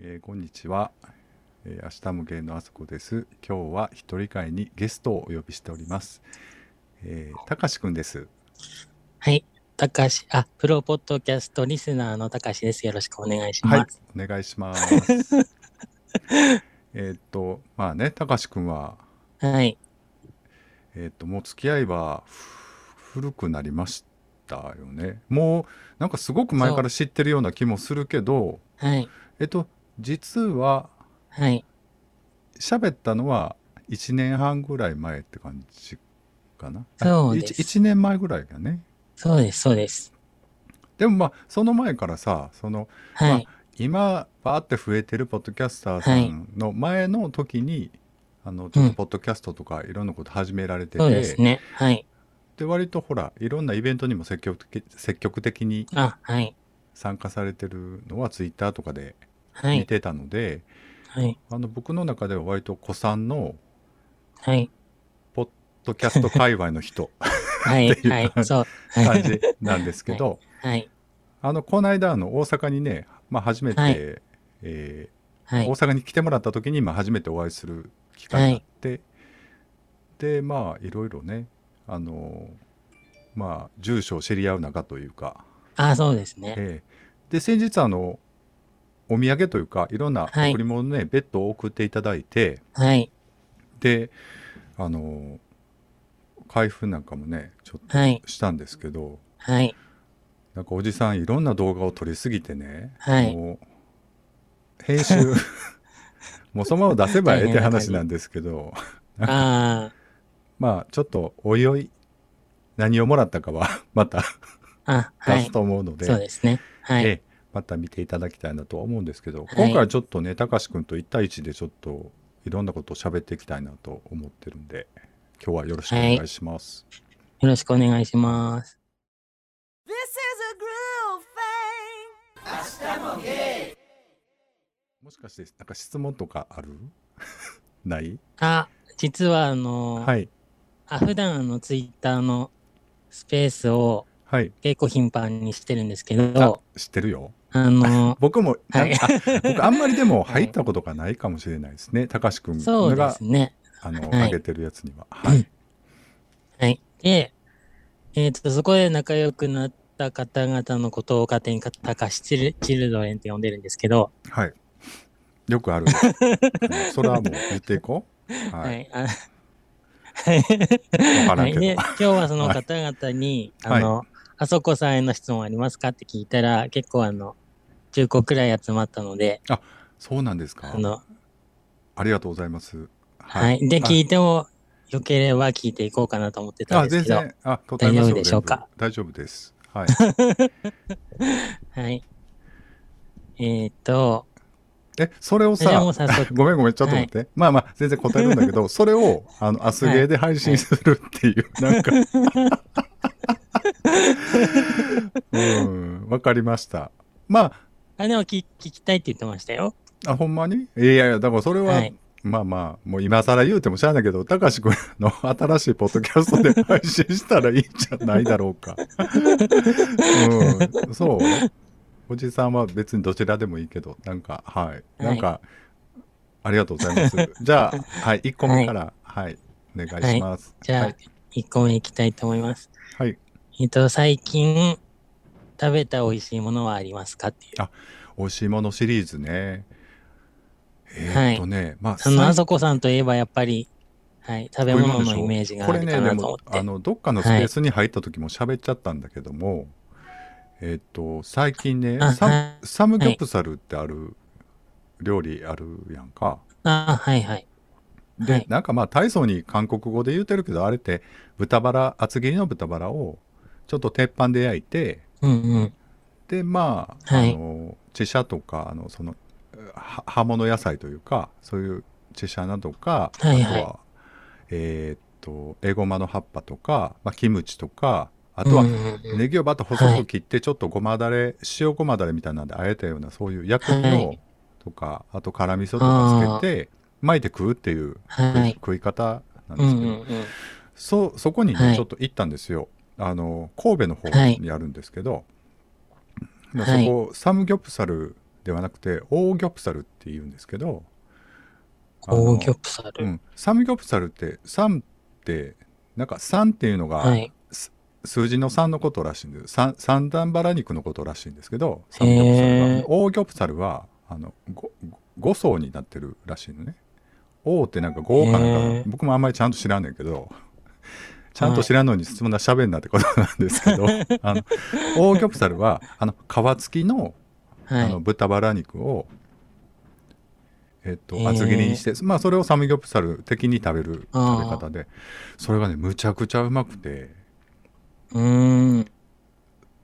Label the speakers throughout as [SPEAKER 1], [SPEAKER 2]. [SPEAKER 1] えーこんにちは、えー明日無限のあそこです今日は一人会にゲストをお呼びしておりますえーたかしくんです
[SPEAKER 2] はい。たかし、あ、プロポッドキャストリスナーのたかしです。よろしくお願いします。
[SPEAKER 1] はいお願いします えーっとまあねたかしくんは
[SPEAKER 2] はい。
[SPEAKER 1] えーっともう付き合いはふ古くなりましたよねもうなんかすごく前から知ってるような気もするけど
[SPEAKER 2] はい。
[SPEAKER 1] えっと実は
[SPEAKER 2] はい。
[SPEAKER 1] 喋ったのは1年半ぐらい前って感じかなあ
[SPEAKER 2] そうです
[SPEAKER 1] 1年前ぐらいだね
[SPEAKER 2] そうです、そうです。
[SPEAKER 1] でもまあその前からさその
[SPEAKER 2] はい。
[SPEAKER 1] 今バーって増えてるポッドキャスターさんの前の時に、あのちょっとポッドキャストとかいろんなこと始められてて、
[SPEAKER 2] そうですね。はい。
[SPEAKER 1] で割とほらいろんなイベントにも積極的積極的に
[SPEAKER 2] あ、はい。
[SPEAKER 1] 参加されてるのはツイッターとかで
[SPEAKER 2] は
[SPEAKER 1] 見
[SPEAKER 2] い。
[SPEAKER 1] てたので、
[SPEAKER 2] はい。
[SPEAKER 1] あの僕の中では割と子さんの
[SPEAKER 2] はい。
[SPEAKER 1] ポッドキャスト界隈の人
[SPEAKER 2] はい。
[SPEAKER 1] っていう
[SPEAKER 2] はい。そう。は
[SPEAKER 1] 感
[SPEAKER 2] い。
[SPEAKER 1] じなんですけど、
[SPEAKER 2] はい。
[SPEAKER 1] あのこの間あの大阪にね、まあ、初めて、
[SPEAKER 2] はい
[SPEAKER 1] え
[SPEAKER 2] は
[SPEAKER 1] ー
[SPEAKER 2] い
[SPEAKER 1] 大。阪に来てもらった時に、まあ、初めてお会いする機会があって、でまあいろいろねあのまあ住所を知り合う中というか、
[SPEAKER 2] あ、そうですね。
[SPEAKER 1] えーで先日あのお土産というかいろんな
[SPEAKER 2] はい
[SPEAKER 1] 贈り物ね、別途送っていただいて
[SPEAKER 2] はい。
[SPEAKER 1] であの開封なんかもねちょっ
[SPEAKER 2] はい。
[SPEAKER 1] としたんですけど
[SPEAKER 2] はい。
[SPEAKER 1] なんかおじさんいろんな動画を撮りすぎてね、
[SPEAKER 2] はい
[SPEAKER 1] もう編 集もうそのまま出せばええって話なんですけど
[SPEAKER 2] あ
[SPEAKER 1] まあちょっとおいおい何をもらったかは また
[SPEAKER 2] あ。あ、は
[SPEAKER 1] 出す
[SPEAKER 2] い。
[SPEAKER 1] と思うので,、
[SPEAKER 2] そうですね。は
[SPEAKER 1] え
[SPEAKER 2] い。
[SPEAKER 1] えまた見ていただきたいなとは思うんですけど、
[SPEAKER 2] い
[SPEAKER 1] 今回はちょっとねたかしくんと1対1でちょっといろんなことを喋っていきたいなと思ってるんで今日はよろしくお願いします。
[SPEAKER 2] よろしくお願いします。
[SPEAKER 3] This is a groove thing.
[SPEAKER 1] もしかしてなんか質問とかある ない、
[SPEAKER 2] あ、実はあの、
[SPEAKER 1] はい
[SPEAKER 2] あ普段あの、ツイッターのスペースを
[SPEAKER 1] はい
[SPEAKER 2] 結構頻繁にしてるんです
[SPEAKER 1] あ
[SPEAKER 2] けど、
[SPEAKER 1] 知ってるよ。
[SPEAKER 2] あの、
[SPEAKER 1] 僕も、な
[SPEAKER 2] はい
[SPEAKER 1] あ僕あんまりでも
[SPEAKER 2] は
[SPEAKER 1] 入
[SPEAKER 2] い
[SPEAKER 1] ったことがないかもしれないですね。たかしくん
[SPEAKER 2] そうで
[SPEAKER 1] が
[SPEAKER 2] す、ね。
[SPEAKER 1] あの、
[SPEAKER 2] はい
[SPEAKER 1] 上げてるやつには。はい。
[SPEAKER 2] はい。で、えっ、と、そこで仲良くなった方々のことを勝手にかたかしチルチルドレンって呼んでるんですけど、
[SPEAKER 1] はい。よくあ る。うんそれはもう言っていこう。
[SPEAKER 2] は
[SPEAKER 1] はい。
[SPEAKER 2] い。あはい。
[SPEAKER 1] わからんけど
[SPEAKER 2] で、今日はその
[SPEAKER 1] はい
[SPEAKER 2] 方々に、
[SPEAKER 1] はい
[SPEAKER 2] あの、あそこさんへの質問ありますかって聞いたら、結構あの、10個くらい集まったので、
[SPEAKER 1] そうなんですか
[SPEAKER 2] あ。の、
[SPEAKER 1] ありがとうございます。
[SPEAKER 2] はい。で、聞
[SPEAKER 1] い
[SPEAKER 2] いても、よければ聞いていこうかなと思ってたん
[SPEAKER 1] あ、
[SPEAKER 2] で
[SPEAKER 1] 全
[SPEAKER 2] すけど。
[SPEAKER 1] 然、あ、答えま
[SPEAKER 2] 大
[SPEAKER 1] す
[SPEAKER 2] 丈
[SPEAKER 1] よ
[SPEAKER 2] 夫でしょうか。
[SPEAKER 1] 全部大丈夫です。はい。
[SPEAKER 2] はい。えっ、と、
[SPEAKER 1] え、それを
[SPEAKER 2] じゃあも
[SPEAKER 1] さ
[SPEAKER 2] う、早 速。
[SPEAKER 1] ごめんごめん、ちょっと待って。まあまあ、全然答えるんだけど、それを、あの、アスゲーで配信するっていう、なんか。うん、わかりました。ま
[SPEAKER 2] あ、でも聞聞きたいって言ってましたよ。
[SPEAKER 1] あ、あ、ほんまにいやいや、だからそれは、
[SPEAKER 2] はい。
[SPEAKER 1] まあまあ、もう今更言うてもしゃあないけど、たかしくんの新しいポッドキャストで配信したらいいんじゃないだろうか。うん、そう。おじさんは別にどちらでもいいけど、なんか、はい。なんか、ありがとうござい ます。じゃあ、はい、1個目から、はい、お願いします。
[SPEAKER 2] じゃあ、1個目いきたいと思います。
[SPEAKER 1] はい。
[SPEAKER 2] えっ、と、最近食べた美味しいものはありますかっていう。
[SPEAKER 1] 美味しいものシリーズね。えーっとね、まあ、
[SPEAKER 2] そのあそこさんといえばやっぱり、はい、食べ物のイメージがあ
[SPEAKER 1] これ
[SPEAKER 2] る
[SPEAKER 1] ね
[SPEAKER 2] か
[SPEAKER 1] で
[SPEAKER 2] なと思
[SPEAKER 1] も
[SPEAKER 2] って。
[SPEAKER 1] あのどっかのスペースに入った時も喋っちゃったんだけども、えっ、と最近ね
[SPEAKER 2] あ
[SPEAKER 1] サ,、
[SPEAKER 2] はい
[SPEAKER 1] サムギョプサルってある料理あるやんか、
[SPEAKER 2] あ、はいはい。
[SPEAKER 1] で、
[SPEAKER 2] はい
[SPEAKER 1] なんかまあ大層に韓国語で言うてるけどあれって豚バラ厚切りの豚バラをちょっと鉄板で焼いて
[SPEAKER 2] うんうん。
[SPEAKER 1] でまあ、
[SPEAKER 2] はい
[SPEAKER 1] あのチシャとかあのそのは葉物野菜というかそういうチシャなどか、
[SPEAKER 2] はいは
[SPEAKER 1] あ
[SPEAKER 2] い
[SPEAKER 1] とはえーっとエゴマの葉っぱとか、まあ、キムチとかあとは
[SPEAKER 2] うんうんうん
[SPEAKER 1] ネギをバッと細く切ってちょっとごまだれ、塩ごまだれみたいなんであえたようなそういう薬
[SPEAKER 2] は
[SPEAKER 1] 味
[SPEAKER 2] い
[SPEAKER 1] とか、あと辛味噌とかつけて巻いて食うっていう食い,、
[SPEAKER 2] はい。
[SPEAKER 1] 食い方なん
[SPEAKER 2] う
[SPEAKER 1] で
[SPEAKER 2] ん
[SPEAKER 1] す
[SPEAKER 2] う
[SPEAKER 1] けど、
[SPEAKER 2] んうん。
[SPEAKER 1] そそこにね、
[SPEAKER 2] はい
[SPEAKER 1] ちょっと行ったんですよあの神戸の方にあるんですけど、
[SPEAKER 2] い
[SPEAKER 1] でそこサムギョプサルではなくてオーギョプサルっていうんですけどあの
[SPEAKER 2] オーギョプサ
[SPEAKER 1] う
[SPEAKER 2] ル。
[SPEAKER 1] ん、サムギョプサルって3ってなんか3っていうのが、
[SPEAKER 2] はい。
[SPEAKER 1] 数字の3のことらしいんです三三段バラ肉のことらしいんですけどサムギョプサル
[SPEAKER 2] へ
[SPEAKER 1] は
[SPEAKER 2] ー
[SPEAKER 1] オーギョプサルはあの 5, 層になってるらしいのね王ってなんか5か
[SPEAKER 2] へ
[SPEAKER 1] なんか
[SPEAKER 2] ー
[SPEAKER 1] 僕もあんまりちゃんと知らんねんけど ちゃんと知らんのにそんなしゃべんなってことなんですけど、 あのオーギョプサルはあの皮付きの
[SPEAKER 2] は
[SPEAKER 1] あの
[SPEAKER 2] い。
[SPEAKER 1] 豚バラ肉を、えっ
[SPEAKER 2] へ
[SPEAKER 1] と
[SPEAKER 2] ー
[SPEAKER 1] 厚切りにして、まあ、それをサムギョプサル的に食べる食べ方でそれがねむちゃくちゃうまくて
[SPEAKER 2] うーん。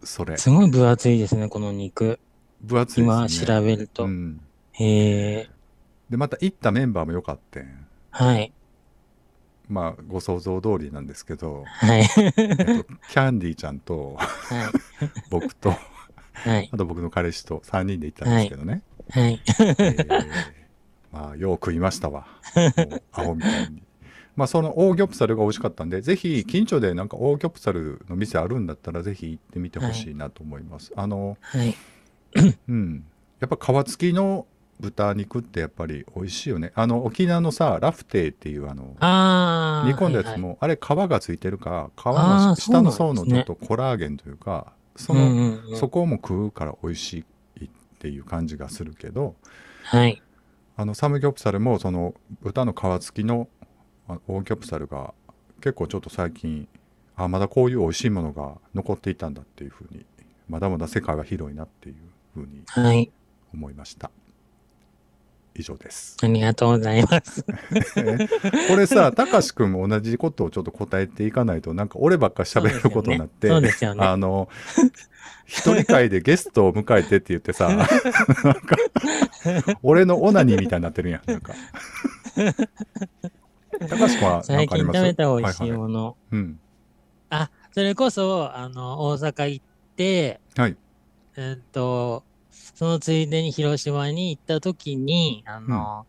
[SPEAKER 1] それ
[SPEAKER 2] すごい分厚いですね、この肉。
[SPEAKER 1] 分厚い
[SPEAKER 2] 今
[SPEAKER 1] ですね。
[SPEAKER 2] 調べると
[SPEAKER 1] う。ん、
[SPEAKER 2] へえ。
[SPEAKER 1] でまた行ったメンバーもよかったん
[SPEAKER 2] はい。
[SPEAKER 1] まあご想像通りなんですけど
[SPEAKER 2] はい。
[SPEAKER 1] えっと キャンディーちゃんと
[SPEAKER 2] はい。
[SPEAKER 1] 僕と
[SPEAKER 2] はい。
[SPEAKER 1] あと僕の彼氏と3人で行ったんですけど ね、
[SPEAKER 2] はい。
[SPEAKER 1] えーまあよう食いましたわもうアホみたいに。まあそのオーギョプサルが美味しかったんでぜひ近所でなんかオーギョプサルの店あるんだったらぜひ行ってみてほしいなと思います。あの
[SPEAKER 2] はい。
[SPEAKER 1] うん、やっぱ皮付きの豚肉ってやっぱり美味しいよねあの沖縄のさラフテーっていうあの
[SPEAKER 2] ああ。
[SPEAKER 1] 煮込んだやつ
[SPEAKER 2] はいはい。
[SPEAKER 1] もあれ皮が付いてるか皮
[SPEAKER 2] あ
[SPEAKER 1] の
[SPEAKER 2] ー
[SPEAKER 1] 下の層
[SPEAKER 2] そ
[SPEAKER 1] の
[SPEAKER 2] う
[SPEAKER 1] ち
[SPEAKER 2] なん
[SPEAKER 1] ょ
[SPEAKER 2] で
[SPEAKER 1] っ
[SPEAKER 2] す
[SPEAKER 1] とコラーゲンというかそ
[SPEAKER 2] うん
[SPEAKER 1] の
[SPEAKER 2] うんうん
[SPEAKER 1] そこも食うから美味しいっていう感じがするけど
[SPEAKER 2] はい。
[SPEAKER 1] あのサムギョプサルもその豚の皮付きのあオーギョプサルが結構ちょっと最近あまだこういう美味しいものが残っていたんだっていうふうにまだまだ世界は広いなっていうふうに
[SPEAKER 2] はい。
[SPEAKER 1] 思いました以上です
[SPEAKER 2] ありがとうござ います。
[SPEAKER 1] これ さたかしくんも同じことをちょっと答えていかないとなんか俺ばっかり喋ることになって、
[SPEAKER 2] そうですよね。
[SPEAKER 1] あの一人会でゲストを迎えてって言って さなんか俺のオナニーみたいになってるやんなんかたかしくんは何
[SPEAKER 2] 最
[SPEAKER 1] かあり
[SPEAKER 2] 近
[SPEAKER 1] ます
[SPEAKER 2] 食べた美味しい
[SPEAKER 1] はは
[SPEAKER 2] もの。
[SPEAKER 1] うん
[SPEAKER 2] あ、それこそ、あの、大阪行って、
[SPEAKER 1] はい
[SPEAKER 2] えっと、そのついでに広島に行った時に、あの、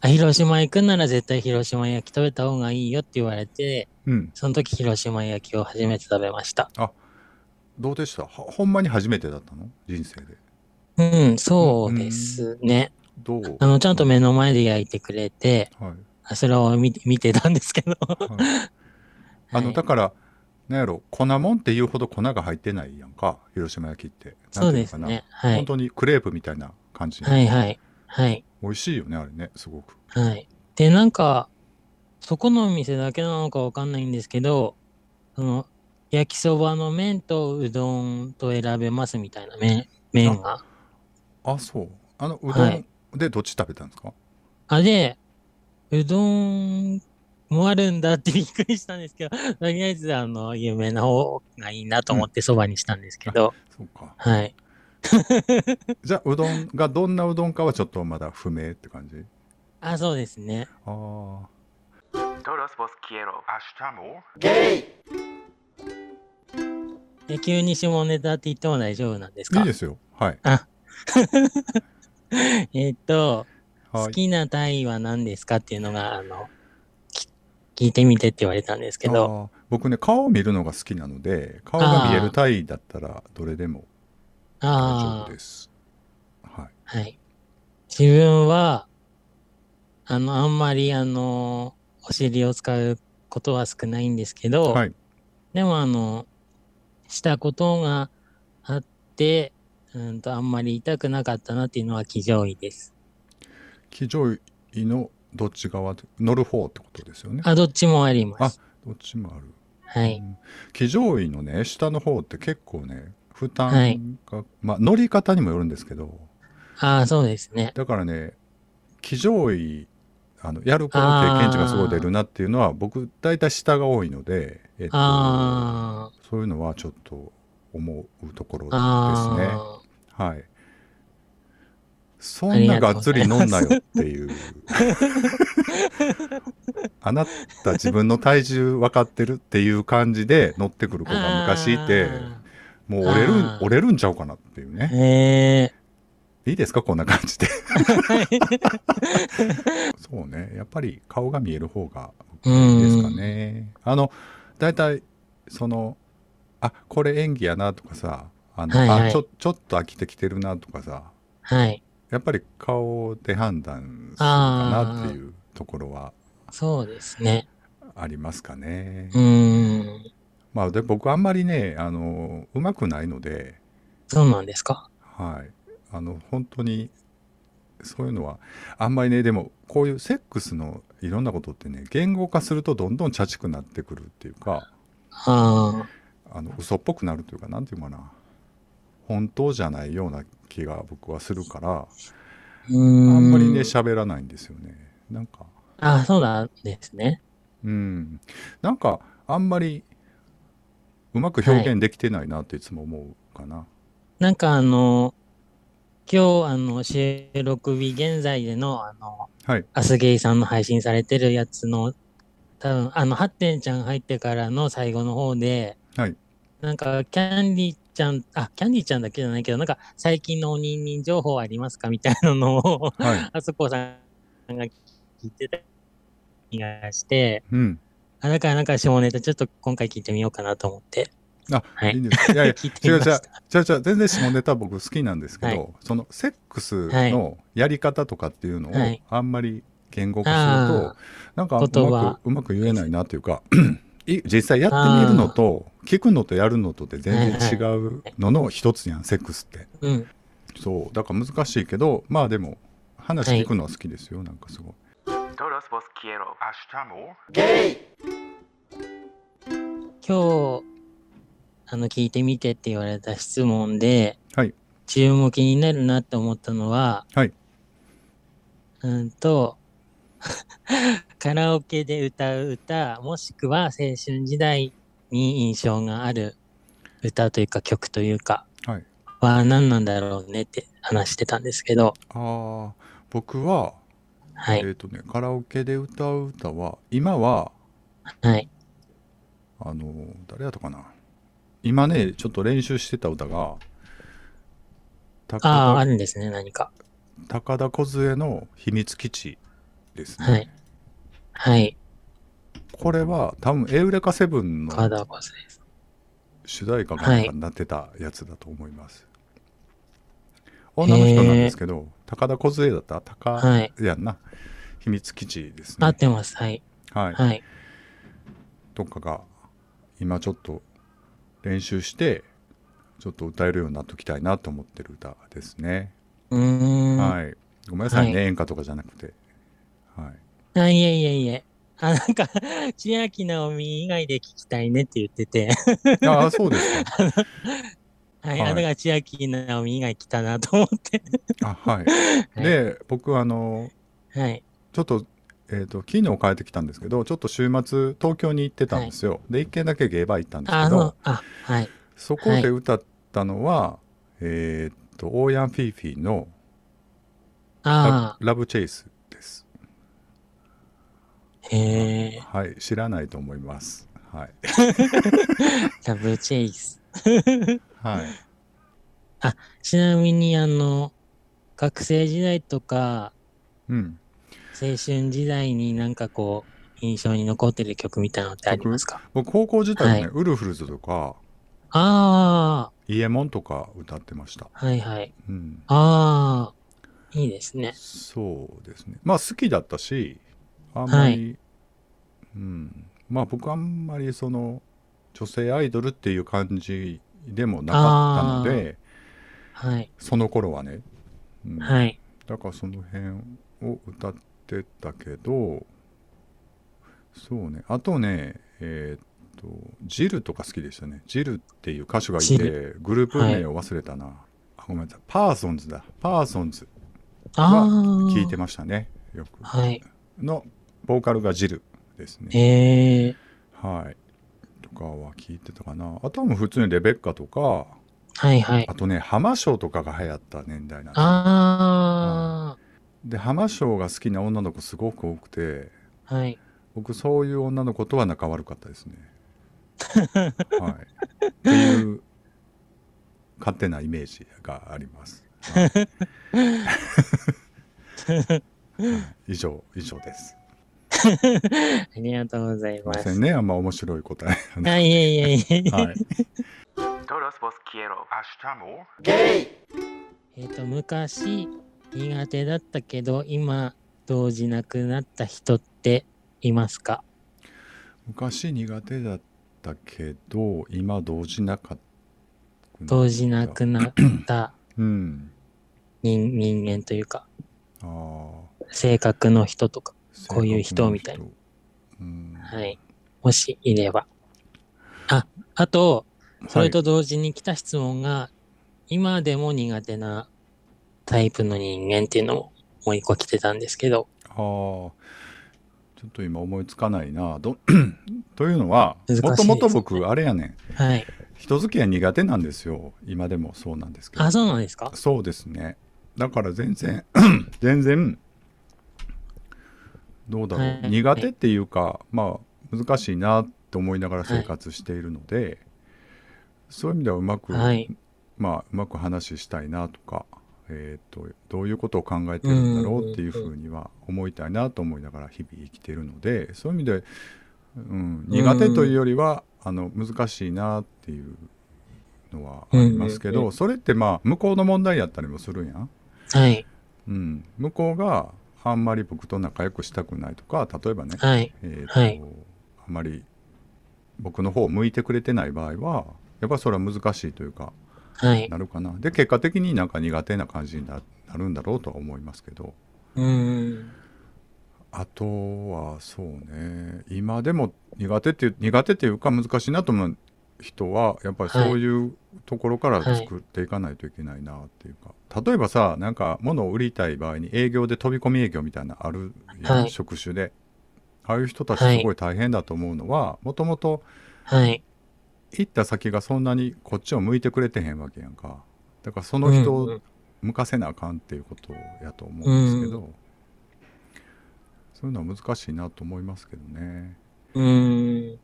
[SPEAKER 2] あ広島行くなら絶対広島焼き食べた方がいいよって言われて、
[SPEAKER 1] うん
[SPEAKER 2] その時広島焼きを初めて食べました。
[SPEAKER 1] どうでしたはほんまに初めてだったの人生で
[SPEAKER 2] うん、そうですね。
[SPEAKER 1] どう
[SPEAKER 2] あの、ちゃんと目の前で焼いてくれて、
[SPEAKER 1] はい
[SPEAKER 2] あそれを見て見てたんですけど。
[SPEAKER 1] あの、
[SPEAKER 2] はい
[SPEAKER 1] だから、なんやろ、粉もんっていうほど粉が入ってないやんか、広島焼きって。
[SPEAKER 2] そ
[SPEAKER 1] な
[SPEAKER 2] うん
[SPEAKER 1] てい
[SPEAKER 2] で
[SPEAKER 1] の
[SPEAKER 2] す
[SPEAKER 1] かな
[SPEAKER 2] ね。は
[SPEAKER 1] 本
[SPEAKER 2] い。
[SPEAKER 1] 当にクレープみたいな感じ、
[SPEAKER 2] はいはい。はい。
[SPEAKER 1] 美味しいよね、あれね、すごく。
[SPEAKER 2] はい。で、なんか、そこのお店だけなのかわかんないんですけど、その、焼きそばの麺とうどんと選べますみたいな麺、麺が。
[SPEAKER 1] あ、そう。あの、うどん、
[SPEAKER 2] はい
[SPEAKER 1] でどっち食べたんですか
[SPEAKER 2] あ、で、うどんもあるんだってびっくりしたんですけど、 とりあえず、あの、有名な方がいいなと思ってそばにしたんですけど、
[SPEAKER 1] そうか。
[SPEAKER 2] はい。
[SPEAKER 1] じゃあ、うどんがどんなうどんかはちょっとまだ不明って感じ
[SPEAKER 2] あ、そうですね。
[SPEAKER 1] ああ。
[SPEAKER 4] Todos vos quiero.
[SPEAKER 2] で急に下ネタって言っても大丈夫なんです
[SPEAKER 1] い
[SPEAKER 2] か
[SPEAKER 1] いですよ。はい。
[SPEAKER 2] えっと、
[SPEAKER 1] はい
[SPEAKER 2] 好きなタイは何ですかっていうのが、あの、き聞いてみてって言われたんですけど、
[SPEAKER 1] あー僕ね、顔を見るのが好きなので、顔が見えるタイだったら、どれでも大丈
[SPEAKER 2] あ
[SPEAKER 1] 夫です。はい。
[SPEAKER 2] あ、はい。自分は、あの、あんまり、あの、お尻を使うことは少ないんですけど、
[SPEAKER 1] はい
[SPEAKER 2] でも、あの、したことがあって、うんと、あんまり痛くなかったなっていうのは非常位です。
[SPEAKER 1] 騎乗位のどっち側で乗る方ってことですよね。
[SPEAKER 2] あ、どっちもあります。
[SPEAKER 1] どっちもある。
[SPEAKER 2] は
[SPEAKER 1] う
[SPEAKER 2] い。
[SPEAKER 1] ん騎乗位のね下の方って結構ね負
[SPEAKER 2] はい
[SPEAKER 1] 担が、まあ乗り方にもよるんですけど
[SPEAKER 2] ああ、そうですね。
[SPEAKER 1] だからね騎乗位あのやることの経験値がすごい出るなっていうのは僕大体下が多いので、えっと、
[SPEAKER 2] ああ、
[SPEAKER 1] そういうのはちょっと思うところですね。
[SPEAKER 2] ああ。
[SPEAKER 1] はい。そんながっつり飲んなよって いう。あなた自分の体重分かってるっていう感じで乗ってくる子が昔いて、もう折れる
[SPEAKER 2] あ、ー
[SPEAKER 1] 折れるんちゃうかなっていう
[SPEAKER 2] あー
[SPEAKER 1] ね。
[SPEAKER 2] へえ。
[SPEAKER 1] いいですかこんな感じで。そうね。やっぱり顔が見える方がいいですかね。あの、だいたい、その、あ、これ演技やなとかさ、あの、
[SPEAKER 2] はいはい
[SPEAKER 1] あちょ、ちょっと飽きてきてるなとかさ、
[SPEAKER 2] はい。
[SPEAKER 1] やっぱり顔で判断するかなっていうところは
[SPEAKER 2] そうですね。
[SPEAKER 1] ありますかね。
[SPEAKER 2] うーん。
[SPEAKER 1] まあで僕あんまりねあのうまくないので、
[SPEAKER 2] そうなんですか
[SPEAKER 1] はい、あの本当にそういうのはあんまりねでもこういうセックスのいろんなことってね言語化するとどんどん茶ちくなってくるっていうか
[SPEAKER 2] あ
[SPEAKER 1] あの嘘っぽくなるというかなんていうかな本当じゃないような気が僕はするから
[SPEAKER 2] あ。うーん。
[SPEAKER 1] あんまりね喋らないんですよね。なんか
[SPEAKER 2] ああ、そうなんですね。
[SPEAKER 1] うん、なんかあんまりうまく表現できてないなっていつも思うかな。
[SPEAKER 2] なんかあの、今日あの収録日現在でのあの、
[SPEAKER 1] はい
[SPEAKER 2] アスゲイさんの配信されてるやつの、多分あの、ハッテンちゃん入ってからの最後の方で、
[SPEAKER 1] はい
[SPEAKER 2] なんかキャンディちゃん、あ、キャンディちゃんだけじゃないけど、なんか最近のおにんにん情報ありますかみたいなのを、
[SPEAKER 1] はい
[SPEAKER 2] あそこさんが聞いてた気がして、
[SPEAKER 1] うん
[SPEAKER 2] あだからなんか下ネタちょっと今回聞いてみようかなと思って。
[SPEAKER 1] あ、
[SPEAKER 2] はい
[SPEAKER 1] いいんですいやいや
[SPEAKER 2] 聞いて
[SPEAKER 1] 違う
[SPEAKER 2] み
[SPEAKER 1] 違う
[SPEAKER 2] ました。
[SPEAKER 1] 違う違う全然下ネタ僕好きなんですけど、
[SPEAKER 2] は
[SPEAKER 1] そのセックスのやり方とかっていうのを
[SPEAKER 2] はい
[SPEAKER 1] あんまり言語化すると、
[SPEAKER 2] あ
[SPEAKER 1] なんか
[SPEAKER 2] 言
[SPEAKER 1] うま
[SPEAKER 2] 葉
[SPEAKER 1] くうまく言えないなというか い実際やってみるのと聞くのとやるのとで全然違うのの一つやんセックスって
[SPEAKER 2] うん。
[SPEAKER 1] そうだから難しいけどまあでも話聞くのは好きですよ、なんかすごい
[SPEAKER 4] Todos vos quiero. Hasta luego.
[SPEAKER 2] 今日あの聞いてみてって言われた質問で、
[SPEAKER 1] はい
[SPEAKER 2] 注目になるなって思ったのは、
[SPEAKER 1] はい、
[SPEAKER 2] うんと カラオケで歌う歌もしくは青春時代に印象がある歌というか曲というか
[SPEAKER 1] はい
[SPEAKER 2] は何なんだろうねって話してたんですけど、
[SPEAKER 1] あー僕は、
[SPEAKER 2] は
[SPEAKER 1] え
[SPEAKER 2] い
[SPEAKER 1] っ、とねカラオケで歌う歌は今は
[SPEAKER 2] はい、
[SPEAKER 1] あの誰だったかな今ねちょっと練習してた歌が高
[SPEAKER 2] あああ
[SPEAKER 1] 田
[SPEAKER 2] るんですね何か
[SPEAKER 1] 高田梢の「秘密基地」ですね、
[SPEAKER 2] はいはい
[SPEAKER 1] これは多分「エウレカセブンの
[SPEAKER 2] カーダーコースです
[SPEAKER 1] 主題歌かなん
[SPEAKER 2] はい
[SPEAKER 1] かになってたやつだと思います、女の人なんですけど高田梢だった高、
[SPEAKER 2] はい
[SPEAKER 1] やんな秘密基地です
[SPEAKER 2] 合
[SPEAKER 1] ね
[SPEAKER 2] ってますはい
[SPEAKER 1] はい、
[SPEAKER 2] はい
[SPEAKER 1] とかが今ちょっと練習してちょっと歌えるようになっておきたいなと思ってる歌ですね
[SPEAKER 2] うーん
[SPEAKER 1] はい。ごめんなさいね、
[SPEAKER 2] はい
[SPEAKER 1] 演歌とかじゃなくて。はい。
[SPEAKER 2] あ、いえいえいえ。あ、なんか、 千秋直美以外で聞きたいねって言ってて。
[SPEAKER 1] ああ、そうですか。
[SPEAKER 2] はい。
[SPEAKER 1] はい
[SPEAKER 2] あ、だから千秋直美以外来たなと思って。
[SPEAKER 1] あはい。で、僕、あの、
[SPEAKER 2] はい。
[SPEAKER 1] ちょっと、えっ、と、機能を変えてきたんですけど、ちょっと週末、東京に行ってたんですよ。で、一軒だけゲーバー行ったんです
[SPEAKER 2] あ、
[SPEAKER 1] け
[SPEAKER 2] そう
[SPEAKER 1] ど、、
[SPEAKER 2] あ、はい。
[SPEAKER 1] そこで歌ったのは、えっ、と、オーヤン・フィーフィーのラ
[SPEAKER 2] あ
[SPEAKER 1] ブラブチェイスです。
[SPEAKER 2] あ、へえ、
[SPEAKER 1] はい。知らないと思います。はい。
[SPEAKER 2] ラブチェイス。
[SPEAKER 1] はい。
[SPEAKER 2] ちなみに、あの、学生時代とか、
[SPEAKER 1] うん。
[SPEAKER 2] 青春時代になんかこう、印象に残ってる曲みたいなのってありますか
[SPEAKER 1] 僕、高校時代はね、
[SPEAKER 2] はい
[SPEAKER 1] ウルフルズとか、
[SPEAKER 2] あ
[SPEAKER 1] イエモンとか歌ってました。
[SPEAKER 2] あ、はいはい。
[SPEAKER 1] うん。
[SPEAKER 2] ああ、いいですね。
[SPEAKER 1] そうですねまあ好きだったしあんまり、うんまあ僕あんまりその女性アイドルっていう感じでもなかったので
[SPEAKER 2] はい。
[SPEAKER 1] その頃はね、うん
[SPEAKER 2] はい。
[SPEAKER 1] だからその辺を歌ってたけどそうねあとねえーっとジルとか好きでしたねジルっていう歌手がい
[SPEAKER 2] ジ
[SPEAKER 1] てグループ名を忘れたな、あごめんなさいパーソンズだパーソンズ
[SPEAKER 2] ああ、
[SPEAKER 1] 聞いてましたねよく
[SPEAKER 2] はい。
[SPEAKER 1] のボーカルがジルですね。
[SPEAKER 2] へえ、
[SPEAKER 1] はい。とかは聞いてたかな。あとはもう普通にレベッカとか、
[SPEAKER 2] はいはい。
[SPEAKER 1] あとね、浜章とかが流行った年代なんですよ
[SPEAKER 2] あ
[SPEAKER 1] で、浜章が好きな女の子すごく多くて、
[SPEAKER 2] あ、はい。
[SPEAKER 1] 僕そういう女の子とは仲悪かったです ね。はい。っていう勝手なイメージがあります。はいはい 以上、以上です。
[SPEAKER 2] ありがとうござい
[SPEAKER 1] すい
[SPEAKER 2] ま。
[SPEAKER 1] ますせんね、あんま面白い答 え。
[SPEAKER 2] あ、いえいえいえ。
[SPEAKER 1] はい。
[SPEAKER 4] Todos vos quiero. Hasta luego.
[SPEAKER 2] えっ、と、昔苦手だったけど、今動じなくなった人っていますか
[SPEAKER 1] 昔苦手だったけど今動じなかった
[SPEAKER 2] 動じなくなった
[SPEAKER 1] うん
[SPEAKER 2] 人人間というか、
[SPEAKER 1] あー
[SPEAKER 2] 性格の人とか、こういう人
[SPEAKER 1] 性格の
[SPEAKER 2] みたいな
[SPEAKER 1] うん
[SPEAKER 2] はい。もしいれば。あ、あと、それと同時に来た質問が、今でも苦手なタイプの人間っていうのももう一個来てたんですけど、
[SPEAKER 1] ああーちょっと今思いつかないな どというのは
[SPEAKER 2] 難しい
[SPEAKER 1] も
[SPEAKER 2] で
[SPEAKER 1] と
[SPEAKER 2] す
[SPEAKER 1] もと僕あれやねん
[SPEAKER 2] はい。
[SPEAKER 1] 人付き合い苦手なんですよ今でもそうなんですけど
[SPEAKER 2] あ、そうなんですか
[SPEAKER 1] そうですねだから全然 全然どうだろう、
[SPEAKER 2] はい
[SPEAKER 1] 苦手っていうかまあ難しいなって思いながら生活しているので、そういう意味ではうまく、
[SPEAKER 2] はい。
[SPEAKER 1] まあうまく話したいなとか、えー、とどういうことを考えてるんだろうっていうふうには思いたいなと思いながら日々生きているのでそういう意味で、うん、苦手というよりは、あの難しいなっていうのはありますけ
[SPEAKER 2] うん
[SPEAKER 1] ど、
[SPEAKER 2] うんう
[SPEAKER 1] それってまあ向こうの問題やったりもするやん。
[SPEAKER 2] はい。
[SPEAKER 1] うん、向こうがあんまり僕と仲良くしたくないとか例えばね、
[SPEAKER 2] はい。
[SPEAKER 1] えーと
[SPEAKER 2] はい
[SPEAKER 1] あまり僕の方を向いてくれてない場合はやっぱりそれは難しいというか
[SPEAKER 2] はい。
[SPEAKER 1] なるかなで結果的になんか苦手な感じにななるんだろうとは思いますけど
[SPEAKER 2] うーん。
[SPEAKER 1] あとはそうね今でも苦手っていう苦手っていうか難しいなと思う人はやっぱりそういうところから
[SPEAKER 2] はい
[SPEAKER 1] 作っていかないといけないなっていうか、例えばさなんか物を売りたい場合に営業で飛び込み営業みたいなのあるやん、
[SPEAKER 2] はい
[SPEAKER 1] 職種でああいう人たちすごい大変だと思うのはもともと
[SPEAKER 2] はい。
[SPEAKER 1] 行った先がそんなにこっちを向いてくれてへんわけやんかだからその人
[SPEAKER 2] うんうん
[SPEAKER 1] 向かせなあかんっていうことやと思うんですけど、そういうのは難しいなと思いますけどね
[SPEAKER 2] うーん。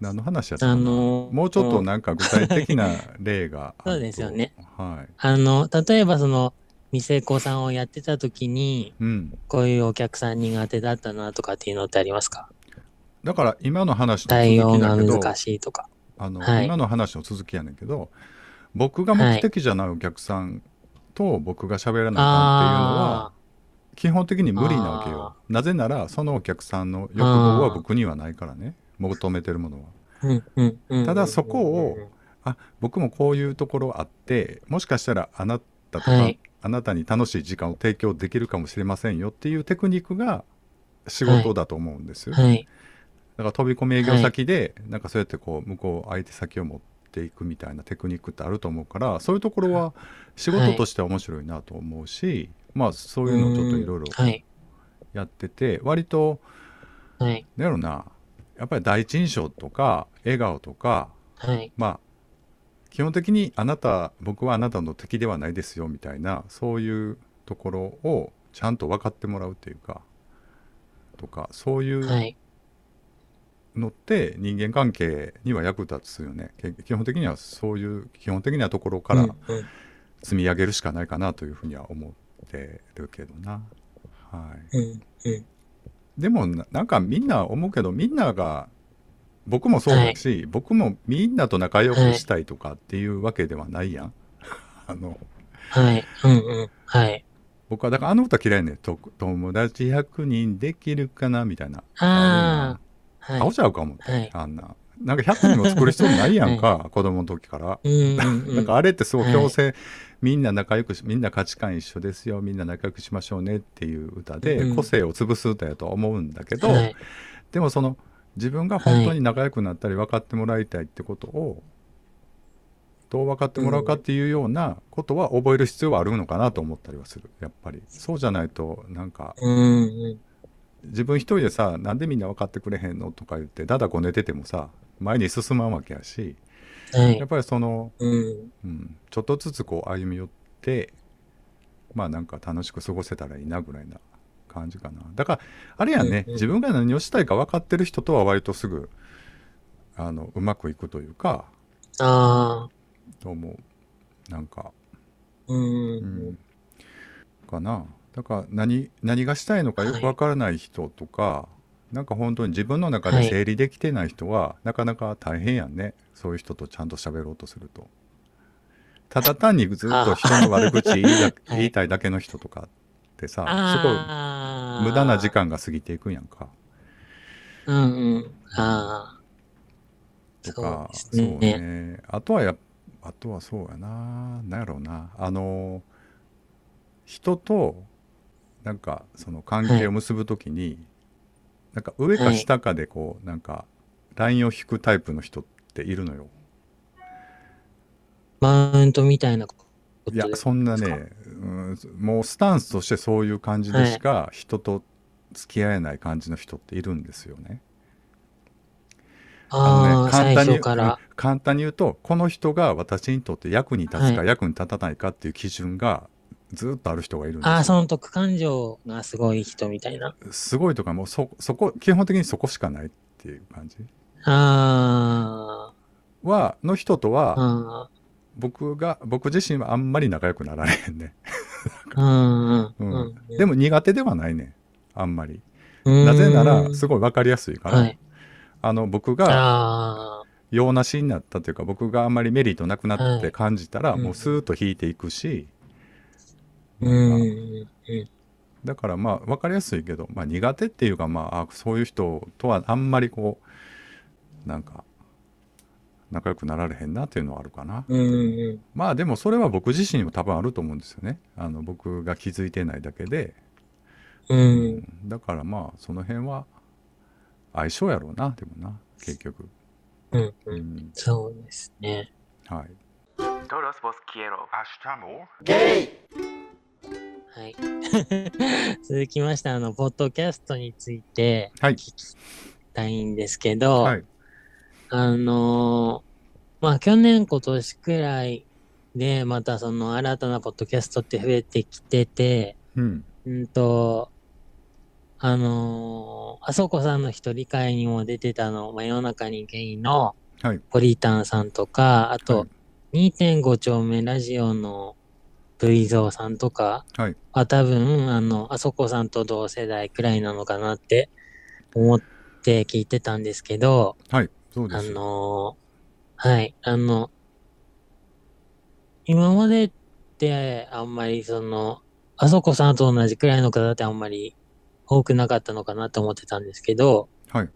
[SPEAKER 1] 何の話やったか
[SPEAKER 2] あ
[SPEAKER 1] な
[SPEAKER 2] の、
[SPEAKER 1] もうちょっとなんか具体的な例があると
[SPEAKER 2] そうですよね
[SPEAKER 1] はい
[SPEAKER 2] あの、例えばその、店子さんをやってた時に、
[SPEAKER 1] うん、
[SPEAKER 2] こういうお客さん苦手だったなとかっていうのってありますか
[SPEAKER 1] だから今の話の
[SPEAKER 2] 対応
[SPEAKER 1] 続き
[SPEAKER 2] が
[SPEAKER 1] だけど
[SPEAKER 2] 難しいとか。
[SPEAKER 1] あの、
[SPEAKER 2] はい
[SPEAKER 1] 今の話の続きやねんけど僕が目的じゃないお客さんと僕が喋らなあかんっていうのは、
[SPEAKER 2] あ
[SPEAKER 1] 基本的に無理なわけよなぜならそのお客さんの欲望は僕にはないからね求めてるものは
[SPEAKER 2] あー、うんうんうん
[SPEAKER 1] ただそこをあ僕もこういうところあってもしかしたらあなたとか、
[SPEAKER 2] はい
[SPEAKER 1] あなたに楽しい時間を提供できるかもしれませんよっていうテクニックが仕事だと思うんですよ、
[SPEAKER 2] はい。
[SPEAKER 1] だから飛び込み営業先で、なんかそうやってこう向こう相手先を持っていくみたいなテクニックってあると思うからそういうところは仕事としては面白いなと思うし、まあそういうのをちょっといろいろ
[SPEAKER 2] うんはい。
[SPEAKER 1] やってて割と
[SPEAKER 2] はい。
[SPEAKER 1] なんやろなやっぱり第一印象とか笑顔とか
[SPEAKER 2] はい。
[SPEAKER 1] まあ基本的にあなた僕はあなたの敵ではないですよみたいなそういうところをちゃんと分かってもらうっていうかとかそういう
[SPEAKER 2] はい。
[SPEAKER 1] のって人間関係には役立つよね、け基本的にはそういう基本的なところか
[SPEAKER 2] う
[SPEAKER 1] ら
[SPEAKER 2] んうん
[SPEAKER 1] 積み上げるしかないかなというふうには思ってるけどな。はい
[SPEAKER 2] うんうん
[SPEAKER 1] でもななんかみんな思うけどみんなが僕もそうだし、僕もみんなと仲良くしたいとかっていうわけではないやん。 あの
[SPEAKER 2] はい。うんうん。はい。
[SPEAKER 1] 僕はだからあの歌嫌いねと友達100人できるかなみたいな。
[SPEAKER 2] ああ。
[SPEAKER 1] あ
[SPEAKER 2] は
[SPEAKER 1] 青
[SPEAKER 2] い。
[SPEAKER 1] ちゃうかも、
[SPEAKER 2] はい。
[SPEAKER 1] あんな。なんか100人も作る必要ないやん か、子供の時から。
[SPEAKER 2] うんうんう
[SPEAKER 1] なん
[SPEAKER 2] ん。
[SPEAKER 1] かあれってすごい強制、みんな仲良くしみんな価値観一緒ですよみんな仲良くしましょうねっていう歌で
[SPEAKER 2] うん
[SPEAKER 1] 個性を潰す歌やとは思うんだけど、
[SPEAKER 2] はい。
[SPEAKER 1] でもその自分が本当に仲良くなったり分かってもらいたいってことをどう分かってもらうかっていうようなことは覚える必要はあるのかなと思ったりはするやっぱりそうじゃないとなんか
[SPEAKER 2] うんうん。
[SPEAKER 1] 自分一人でさなんでみんな分かってくれへんのとか言ってだだこねててもさ前に進まんわけやし
[SPEAKER 2] は
[SPEAKER 1] や
[SPEAKER 2] い
[SPEAKER 1] っ。ぱりその、
[SPEAKER 2] うん。
[SPEAKER 1] うん、ちょっとずつこう歩み寄ってまあなんか楽しく過ごせたらいいなぐらいな感じかなだからあれやね、
[SPEAKER 2] うんうん
[SPEAKER 1] 自分が何をしたいか分かってる人とは割とすぐあのうまくいくというか
[SPEAKER 2] ああ。
[SPEAKER 1] と思うなんか、
[SPEAKER 2] うん
[SPEAKER 1] う
[SPEAKER 2] うん
[SPEAKER 1] ん、かなだから何何がしたいのかよく分からない人とか、なんか本当に自分の中
[SPEAKER 2] は
[SPEAKER 1] で
[SPEAKER 2] い
[SPEAKER 1] 整理できてない人は、なかなか大変やんねそういう人とちゃんと喋ろうとするとただ単にずっと人の悪口言い だ言いたいだけの人とかってさ、す
[SPEAKER 2] あ
[SPEAKER 1] ごい無駄な時。間が過ぎていくんやんか。
[SPEAKER 2] うんうん。ああ。
[SPEAKER 1] と
[SPEAKER 2] そ
[SPEAKER 1] か
[SPEAKER 2] うです
[SPEAKER 1] そう
[SPEAKER 2] ね。
[SPEAKER 1] ねあとはやあとはそうやななんやろうなあの人となんかその関係を結ぶときに、なんか上か下かでこう、なんかラインを引くタイプの人っているのよ。
[SPEAKER 2] マウントみたいなこと
[SPEAKER 1] いや
[SPEAKER 2] です
[SPEAKER 1] そんなね、うん、もうスタンスとしてそういう感じでしか人と付き合えない感じの人っているんですよね。
[SPEAKER 2] ああ、
[SPEAKER 1] のね
[SPEAKER 2] 最
[SPEAKER 1] に
[SPEAKER 2] 初から。
[SPEAKER 1] うん簡単に言うとこの人が私にとって役に立つか、
[SPEAKER 2] はい
[SPEAKER 1] 役に立たないかっていう基準がずっとある人がいるんですよ
[SPEAKER 2] ああ、その特感情がすごい人みたいな。
[SPEAKER 1] すごいとかもうそそこ基本的にそこしかないっていう感じ
[SPEAKER 2] あ
[SPEAKER 1] はの人と
[SPEAKER 2] あ、
[SPEAKER 1] は
[SPEAKER 2] あ
[SPEAKER 1] 僕が僕自身はあんまり仲良くなられへんね、
[SPEAKER 2] あ、うん うん
[SPEAKER 1] う
[SPEAKER 2] うんん。
[SPEAKER 1] でも苦手ではないねあんまり
[SPEAKER 2] も
[SPEAKER 1] なぜならすごい分かりやすいから、
[SPEAKER 2] はい
[SPEAKER 1] あの僕が
[SPEAKER 2] あ
[SPEAKER 1] 用なしになったというか僕があんまりメリットなくなっ
[SPEAKER 2] は
[SPEAKER 1] て
[SPEAKER 2] い
[SPEAKER 1] 感じたら、
[SPEAKER 2] うん
[SPEAKER 1] もうスーッと引いていくし、
[SPEAKER 2] あ、うん。
[SPEAKER 1] だからまあ分かりやすいけど、まあ、苦手っていうかまああそういう人とはあんまりこうなんか仲良くなられへんなっていうのはあるかな、
[SPEAKER 2] うんうん。
[SPEAKER 1] まあでもそれは僕自身にも多分あると思うんですよねあの僕が気づいてないだけで、
[SPEAKER 2] うん。
[SPEAKER 1] だからまあその辺は相性やろうなでもな結局、
[SPEAKER 2] うん。
[SPEAKER 1] う
[SPEAKER 2] うん。
[SPEAKER 1] ん
[SPEAKER 2] そうですね。
[SPEAKER 1] はい、
[SPEAKER 4] Todos vos quiero. Hasta more.
[SPEAKER 2] はい。 続きまして、あの、ポッドキャストについて
[SPEAKER 1] はい
[SPEAKER 2] 聞きたいんですけど、
[SPEAKER 1] はい、
[SPEAKER 2] あのーまあ、去年今年くらいで、またその新たなポッドキャストって増えてきてて、
[SPEAKER 1] うん
[SPEAKER 2] うんと、あのーあそこさんの一人会にも出てたの、真夜中にゲイの
[SPEAKER 1] はい
[SPEAKER 2] ポリタンさんとか、あ
[SPEAKER 1] は
[SPEAKER 2] と
[SPEAKER 1] い
[SPEAKER 2] 2.5丁目ラジオの V ゾーさんとか
[SPEAKER 1] はい
[SPEAKER 2] は多分、あの、あそこさんと同世代くらいなのかなって思って聞いてたんですけど、
[SPEAKER 1] はいそうで
[SPEAKER 2] あ
[SPEAKER 1] すよ
[SPEAKER 2] のーはい、あの、今までってあんまりその、あそこさんと同じくらいの方ってあんまり多くなかったのかなと思ってたんですけど、
[SPEAKER 1] はい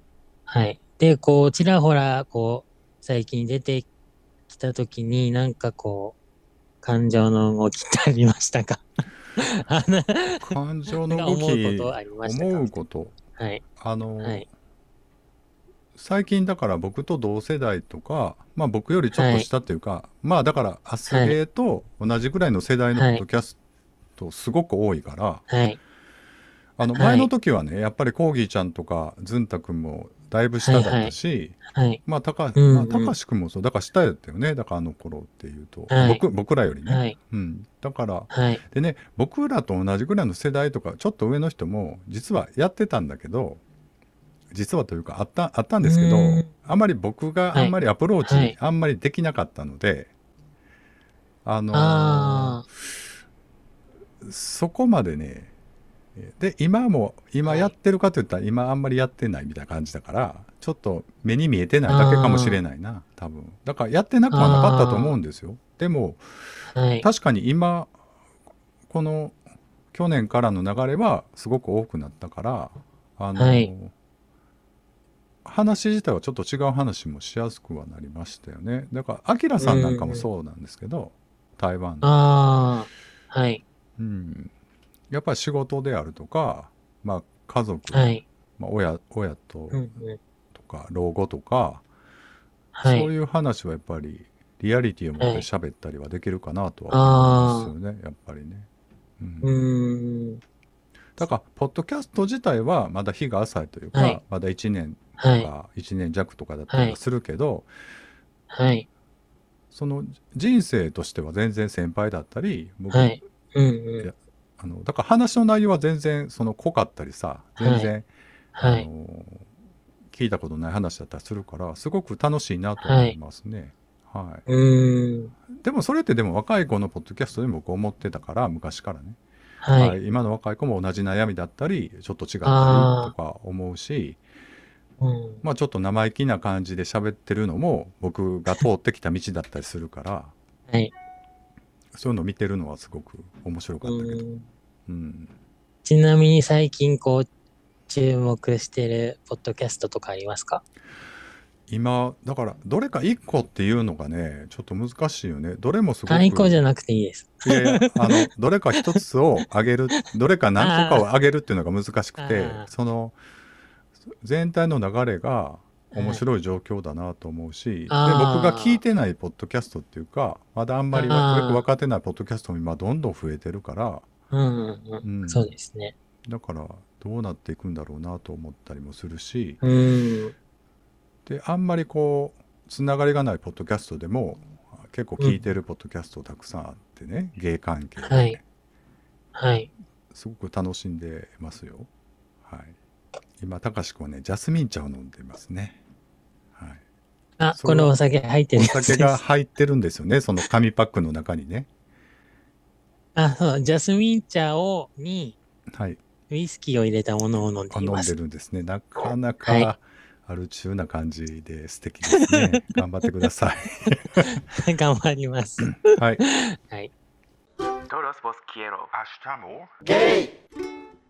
[SPEAKER 2] はい。で、こう、ちらほら、こう、最近出てきたときに、なんかこう、感情の動きってありましたかあの
[SPEAKER 1] 感情
[SPEAKER 2] な
[SPEAKER 1] の
[SPEAKER 2] んか
[SPEAKER 1] 動
[SPEAKER 2] 思
[SPEAKER 1] き
[SPEAKER 2] うことありました
[SPEAKER 1] 思う
[SPEAKER 2] か
[SPEAKER 1] こと
[SPEAKER 2] はい、
[SPEAKER 1] あの、
[SPEAKER 2] はい、
[SPEAKER 1] 最近だから僕と同世代とか、まあ、僕よりちょっと下っていうか、まあだからアスゲーと同じぐらいの世代のポ
[SPEAKER 2] はい
[SPEAKER 1] ッドキャストすごく多いから、
[SPEAKER 2] はい、
[SPEAKER 1] あの
[SPEAKER 2] はい
[SPEAKER 1] 前の時はね、やっぱりコーギーちゃんとかズンタ君もだいぶ下だったし、
[SPEAKER 2] はい、
[SPEAKER 1] まあ高、
[SPEAKER 2] うんうん
[SPEAKER 1] まあ、高志君もそうだから下やったよねだからあの頃っていうと、
[SPEAKER 2] はい
[SPEAKER 1] 僕僕らよりね、
[SPEAKER 2] はい、
[SPEAKER 1] うん、だから
[SPEAKER 2] はい、
[SPEAKER 1] でね僕らと同じぐらいの世代とかちょっと上の人も実はやってたんだけど実はというかあったあったんですけど
[SPEAKER 2] うん
[SPEAKER 1] あまり僕が
[SPEAKER 2] はい
[SPEAKER 1] あんまりアプローチ、
[SPEAKER 2] はい
[SPEAKER 1] あんまりできなかったのであのー
[SPEAKER 2] あ
[SPEAKER 1] そこまでねで今も今やってるかといったら今あんまりやってないみたいな感じだからちょっと目に見えてないだけかもしれないな多分だからやってなくはなかったと思うんですよでも
[SPEAKER 2] あ、はい、
[SPEAKER 1] 確かに今この去年からの流れはすごく多くなったからあの、
[SPEAKER 2] はい
[SPEAKER 1] 話自体はちょっと違う話もしやすくはなりましたよねだからアキラさんなんかもそうなんですけど、台湾の、
[SPEAKER 2] ああ、はい、
[SPEAKER 1] うん、やっぱり仕事であるとか、まあ、家族、
[SPEAKER 2] はい、
[SPEAKER 1] まあ、親親と,、
[SPEAKER 2] うんうん、
[SPEAKER 1] とか老後とか、
[SPEAKER 2] は
[SPEAKER 1] そう
[SPEAKER 2] い、
[SPEAKER 1] いう話はやっぱりリアリティを持って喋ったりはできるかなとは
[SPEAKER 2] あ
[SPEAKER 1] 思
[SPEAKER 2] あ
[SPEAKER 1] うんですよね、やっぱりね。うん
[SPEAKER 2] ー、うーん、
[SPEAKER 1] だからポッドキャスト自体はまだ日が浅いというか、
[SPEAKER 2] はい
[SPEAKER 1] まだ1年
[SPEAKER 2] は
[SPEAKER 1] と
[SPEAKER 2] い、
[SPEAKER 1] か1年弱とかだったりはするけど、
[SPEAKER 2] はい、
[SPEAKER 1] その人生としては全然先輩だったり僕、
[SPEAKER 2] はい、うん
[SPEAKER 1] いうや
[SPEAKER 2] ん、
[SPEAKER 1] あのだから話の内容は全然その濃かったりさ全然、
[SPEAKER 2] は
[SPEAKER 1] あ
[SPEAKER 2] い、
[SPEAKER 1] の聞いたことない話だったりするからすごく楽しいなと思いますね。はい
[SPEAKER 2] うーん、
[SPEAKER 1] でもそれってでも若い子のポッドキャストでも僕思ってたから昔からね、
[SPEAKER 2] は、
[SPEAKER 1] はいい今の若い子も同じ悩みだったりちょっと違ったりとか思うし。
[SPEAKER 2] うん、
[SPEAKER 1] まあちょっと生意気な 感じで喋ってるのも僕が通ってきた道だったりするから、
[SPEAKER 2] はい、
[SPEAKER 1] そういうの見てるのはすごく面白かったけど、
[SPEAKER 2] うん
[SPEAKER 1] うん、
[SPEAKER 2] ちなみに最近こう注目してるポッドキャストとかありますか
[SPEAKER 1] 今だからどれか1個っていうのがねちょっと難しいよねどれもすごく
[SPEAKER 2] 単位校じゃなくていいです。
[SPEAKER 1] いやいやあのどれか一つを上 げるどれか何とかを上げるっていうのが難しくて
[SPEAKER 2] あー
[SPEAKER 1] その全体の流れが面
[SPEAKER 2] い。
[SPEAKER 1] 白い状況だなと思うし、で僕
[SPEAKER 2] あー
[SPEAKER 1] が聞いてないポッドキャストっていうかまだあんまり
[SPEAKER 2] あ
[SPEAKER 1] わ
[SPEAKER 2] ー
[SPEAKER 1] よく分かってないポッドキャストも今どんどん増えてるから、
[SPEAKER 2] うんうん
[SPEAKER 1] うん
[SPEAKER 2] うん。そうですね。
[SPEAKER 1] だからどうなっていくんだろうなと思ったりもするし
[SPEAKER 2] うん。
[SPEAKER 1] であんまりこうつながりがないポッドキャストでも結構聞いてるポッドキャストたくさんあってね、ゲイ関係で、
[SPEAKER 2] はいはい。
[SPEAKER 1] すごく楽しんでますよ。はい。今、たかしくんはね、ジャスミン茶を飲んでますね。はい。
[SPEAKER 2] あ、
[SPEAKER 1] そ
[SPEAKER 2] こ
[SPEAKER 1] れ
[SPEAKER 2] のお酒入ってる
[SPEAKER 1] お
[SPEAKER 2] やつです
[SPEAKER 1] 酒が入ってるんですよね、その紙パックの中にね。
[SPEAKER 2] あ、そう、ジャスミン茶を、に、
[SPEAKER 1] はい。
[SPEAKER 2] ウイスキーを入れたものを飲んで
[SPEAKER 1] あ
[SPEAKER 2] い
[SPEAKER 1] 飲ん
[SPEAKER 2] ま。
[SPEAKER 1] でするんですね。なかな
[SPEAKER 2] は
[SPEAKER 1] か、アル中な感じで素敵です ね。頑張ってください。
[SPEAKER 2] 頑張ります。
[SPEAKER 1] はい。
[SPEAKER 2] はい。
[SPEAKER 4] Todos vos quiero. Hasta more.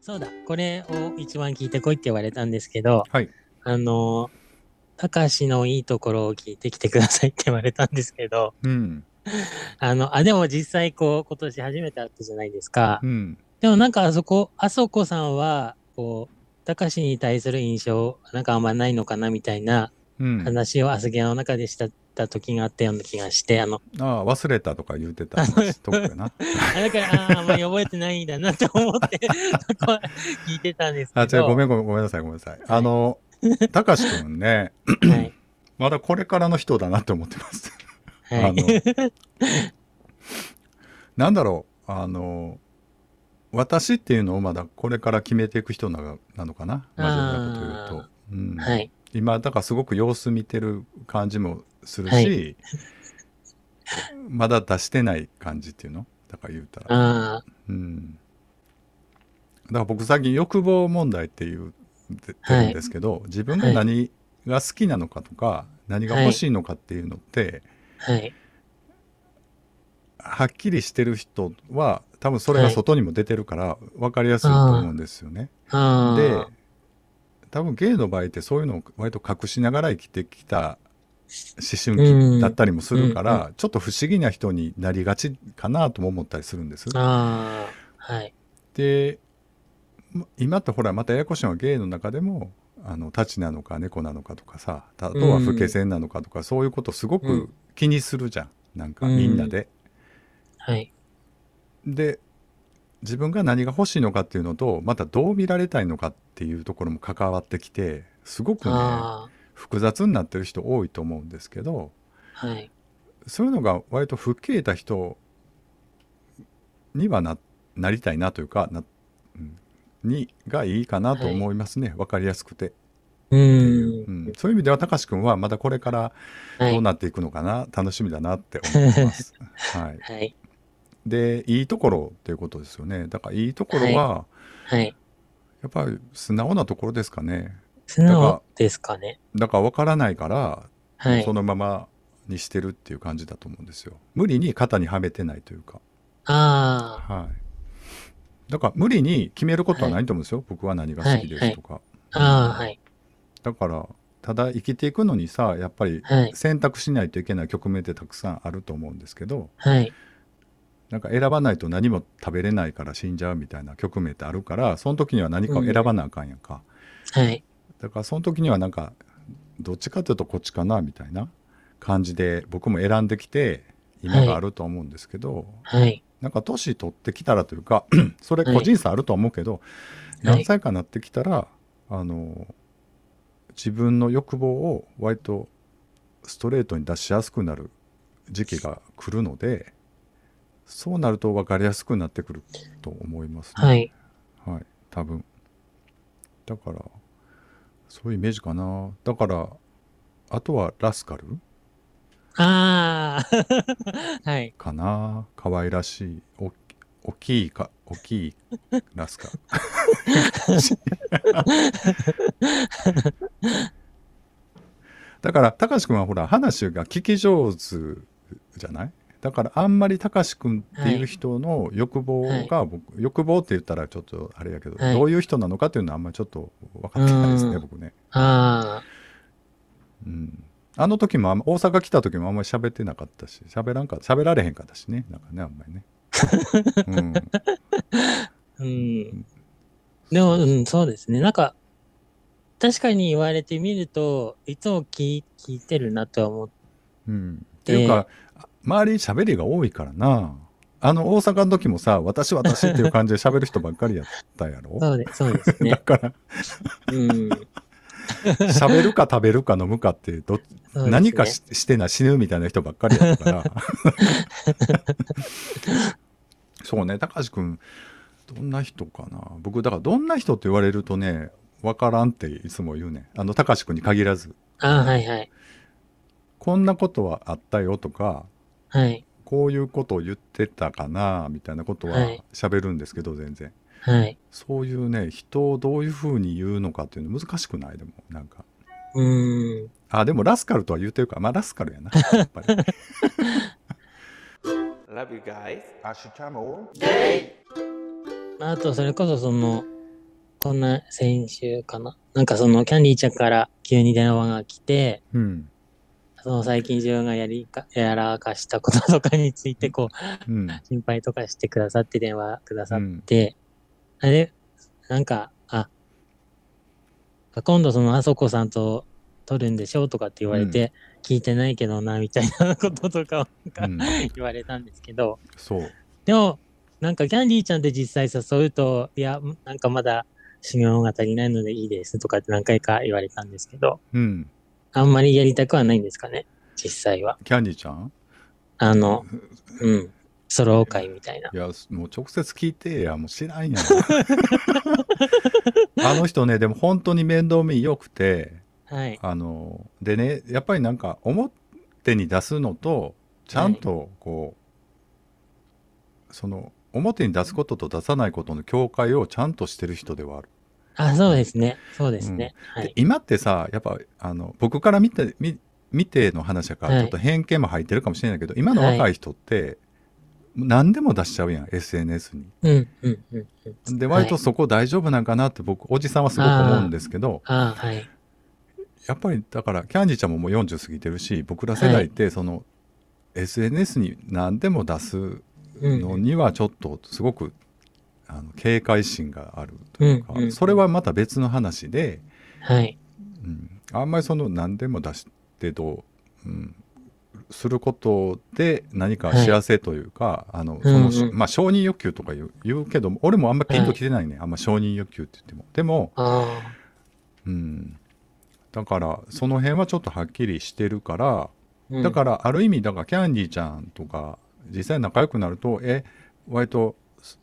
[SPEAKER 2] そうだ、これを一番聞いてこいって言われたんですけど、
[SPEAKER 1] はい。
[SPEAKER 2] あの、たかしのいいところを聞いてきてくださいって言われたんですけど、
[SPEAKER 1] うん。
[SPEAKER 2] あの、あ、でも実際こう、今年初めて会ったじゃないですか。
[SPEAKER 1] うん。
[SPEAKER 2] でもなんかあそこ、あそこさんは、こう、たかしに対する印象、なんかあんまないのかなみたいな
[SPEAKER 1] うん。あ
[SPEAKER 2] 話をアスゲアの中でしたた時があったような気がして、あの、
[SPEAKER 1] あ、忘れたとか言ってた話とか な。
[SPEAKER 2] あだから、あーあんまり覚えてないんだなと思って、そこは聞いてたんです
[SPEAKER 1] あ、
[SPEAKER 2] け
[SPEAKER 1] 違う、
[SPEAKER 2] ど。
[SPEAKER 1] ごめんごめん、ごめんなさい、ごめんなさい。あの、 たかしくんね、
[SPEAKER 2] はい。
[SPEAKER 1] まだこれからの人だなって思ってます。
[SPEAKER 2] は
[SPEAKER 1] あの
[SPEAKER 2] い。
[SPEAKER 1] なんだろうあの私っていうのをまだこれから決めていく人なのなのかな真面目なこと言うと、うん
[SPEAKER 2] はい。
[SPEAKER 1] 今だからすごく様子見てる感じもするし、
[SPEAKER 2] は
[SPEAKER 1] まだ出してない感じっていうのだから言うたら、
[SPEAKER 2] ああ、
[SPEAKER 1] うん、だから僕最近欲望問題って言っててるんですけど、自分が何が好きなのかとか、何が欲しいのかっていうのって、
[SPEAKER 2] はい。
[SPEAKER 1] はっきりしてる人は多分それが外にも出てるから分かりやすいと思うんですよね。
[SPEAKER 2] ああ。
[SPEAKER 1] で多分ゲイの場合ってそういうのを割と隠しながら生きてきた思春期だったりもするから、
[SPEAKER 2] うん
[SPEAKER 1] ちょっと不思議な人になりがちかなとも思ったりするんです。
[SPEAKER 2] ああ、はい。
[SPEAKER 1] でま今ってほらまたややこしいのはゲイの中でもあのタチなのか猫なのかとかさあとは不潔性なのかとか、そういうことすご
[SPEAKER 2] うん
[SPEAKER 1] く気にするじゃん、なんかみんなで。
[SPEAKER 2] はい。
[SPEAKER 1] で自分が何が欲しいのかっていうのとまたどう見られたいのかっていうところも関わってきてすごくね
[SPEAKER 2] あ
[SPEAKER 1] 複雑になってる人多いと思うんですけど
[SPEAKER 2] あ、はい。
[SPEAKER 1] そういうのが割と吹っ切れた人にはななりたいなというかな、うんにがいいかなと思いますね、わかりやすくて
[SPEAKER 2] う
[SPEAKER 1] っていう、
[SPEAKER 2] ー。
[SPEAKER 1] うんんそういう意味ではたかし君はまだこれから
[SPEAKER 2] は
[SPEAKER 1] どう
[SPEAKER 2] い。
[SPEAKER 1] なっていくのかな、楽しみだなって思ってます。はい、
[SPEAKER 2] はい。
[SPEAKER 1] でいいところっていうことですよねだからいいところは、
[SPEAKER 2] はい。
[SPEAKER 1] やっぱり素直なところですかね。
[SPEAKER 2] 素直ですかね。
[SPEAKER 1] だから分からないから、
[SPEAKER 2] はい
[SPEAKER 1] そ。のままにしてるっていう感じだと思うんですよ。無理に肩にはめてないというか。
[SPEAKER 2] あ
[SPEAKER 1] はい。だから無理に決めることはないと思うんですよ。僕は何が好きですとか。
[SPEAKER 2] あ、ああ、はい。
[SPEAKER 1] だから、ただ生きていくのにさ、やっぱり
[SPEAKER 2] はい。
[SPEAKER 1] 選択しないといけない局面ってたくさんあると思うんですけど、
[SPEAKER 2] はい。
[SPEAKER 1] なんか選ばないと何も食べれないから死んじゃうみたいな局面ってあるから、その時には何かを選ばなあかんやんか。
[SPEAKER 2] はい。
[SPEAKER 1] だからその時にはなんかどっちかというとこっちかなみたいな感じで僕も選んできて今があると思うんですけど、
[SPEAKER 2] はい。
[SPEAKER 1] なんか年取ってきたらというかそれ
[SPEAKER 2] はい
[SPEAKER 1] 個人差あるとは思うけど、
[SPEAKER 2] はい
[SPEAKER 1] 何歳かなってきたらあの自分の欲望を割とストレートに出しやすくなる時期が来るのでそうなると分かりやすくなってくると思いますね。
[SPEAKER 2] はい。
[SPEAKER 1] はい、多分。だから、そういうイメージかな。だから、あとはラスカル
[SPEAKER 2] ああ、 はい。
[SPEAKER 1] かな。可愛らしい。お大きいか、大きいラスカル。だから、たかしくんはほら、話が聞き上手じゃないだからあんまりたかしくんっていう人の欲望が僕、欲望って言ったらちょっとあれやけど、
[SPEAKER 2] はい
[SPEAKER 1] どういう人なのかっていうのはあんまりちょっと分かってないですね
[SPEAKER 2] うん
[SPEAKER 1] 僕ね、
[SPEAKER 2] あ
[SPEAKER 1] うん、あの時もあんま大阪来た時もあんまり喋ってなかったし喋らんか喋られへんかったしねなんかねあんまりね、うん、
[SPEAKER 2] あ、うん。でも、うん、そうですね。なんか、確かに言われてみると、いつも聞い聞いてるなとは思って、
[SPEAKER 1] うんっていうか、周り喋りが多いからな。あの大阪の時もさ、私私っていう感じで喋る人ばっかりやったやろ。
[SPEAKER 2] そうでそうです
[SPEAKER 1] だ
[SPEAKER 2] ね。
[SPEAKER 1] から、
[SPEAKER 2] うん。
[SPEAKER 1] 喋るか食べるか飲むかってどっ、
[SPEAKER 2] そうですね
[SPEAKER 1] 何かししてな死ぬみたいな人ばっかりやった から。そうね、高橋君、どんな人かな。僕、だからどんな人って言われるとね、わからんっていつも言うね。あの、高橋君に限らず、
[SPEAKER 2] ああ、はいはい。
[SPEAKER 1] こんなことはあったよとか、
[SPEAKER 2] はい。
[SPEAKER 1] こういうことを言ってたかなみたいなことは
[SPEAKER 2] はい
[SPEAKER 1] 喋るんですけど、全然
[SPEAKER 2] はい。
[SPEAKER 1] そういうね人をどういうふうに言うのかっていうの難しくないでもなんか
[SPEAKER 2] うん。
[SPEAKER 1] あでもラスカルとは言うてるからまあラスカルやなやっぱり
[SPEAKER 4] Love you guys. Ashitamo.
[SPEAKER 2] まああと、それこそその、こんな先週かな。なんかその、キャンディーちゃんから急に電話が来て、
[SPEAKER 1] うん
[SPEAKER 2] その最近自分がやりか、やらかしたこととかについて、こう、
[SPEAKER 1] うん
[SPEAKER 2] 心配とかしてくださって、電話くださ って、あれ、なんか、あ、今度そのあそこさんと撮るんでしょうとかって言われて、聞いてないけどな、みたいなこととかを
[SPEAKER 1] う
[SPEAKER 2] なんんか、言われたんですけど、
[SPEAKER 1] そう
[SPEAKER 2] でも、なんかキャンディーちゃんって実際誘うと、いや、なんかまだ修行が足りないのでいいですとかって何回か言われたんですけど、
[SPEAKER 1] うん
[SPEAKER 2] あんまりやりたくはないんですかね、実際は。
[SPEAKER 1] キャンディーちゃん
[SPEAKER 2] あの、うん、ソロ会みたいな。
[SPEAKER 1] いやもう直接聞いてやもう知らんやんあの人ねでも本当に面倒見よくて
[SPEAKER 2] はい。
[SPEAKER 1] あのでねやっぱりなんか表に出すのとちゃんとこう、その表に出すことと出さないことの境界をちゃんとしてる人ではある。
[SPEAKER 2] あ、そうですね。そうですね。は
[SPEAKER 1] で
[SPEAKER 2] い。
[SPEAKER 1] 今ってさやっぱあの僕から見てみ見ての話やか
[SPEAKER 2] は
[SPEAKER 1] ら
[SPEAKER 2] い
[SPEAKER 1] ちょっと偏見も入ってるかもしれないけど、今の若い人って、何でも出しちゃうやん SNS に。
[SPEAKER 2] うん、うん、うんうん。
[SPEAKER 1] で割と
[SPEAKER 2] はい
[SPEAKER 1] そこ大丈夫なんかなって僕おじさんはすごく思うんですけど、
[SPEAKER 2] あはい。
[SPEAKER 1] やっぱりだからキャンディちゃんももう40過ぎてるし僕ら世代ってその、SNS に何でも出す
[SPEAKER 2] うん。
[SPEAKER 1] のにはちょっとすごくあの警戒心があると
[SPEAKER 2] う
[SPEAKER 1] いうんか、
[SPEAKER 2] うん
[SPEAKER 1] それはまた別の話で、
[SPEAKER 2] はい。
[SPEAKER 1] うん、あんまりその何でも出してどう、うん、することで何か幸せというか、あのその、
[SPEAKER 2] うんうん
[SPEAKER 1] まあ、承認欲求とか言う言うけども俺もあんまピンときてないね、あんま承認欲求って言っても。でも、
[SPEAKER 2] ああ。
[SPEAKER 1] うん、だからその辺はちょっとはっきりしてるから、
[SPEAKER 2] うん
[SPEAKER 1] だからある意味だからキャンディーちゃんとか実際仲良くなるとえ割とす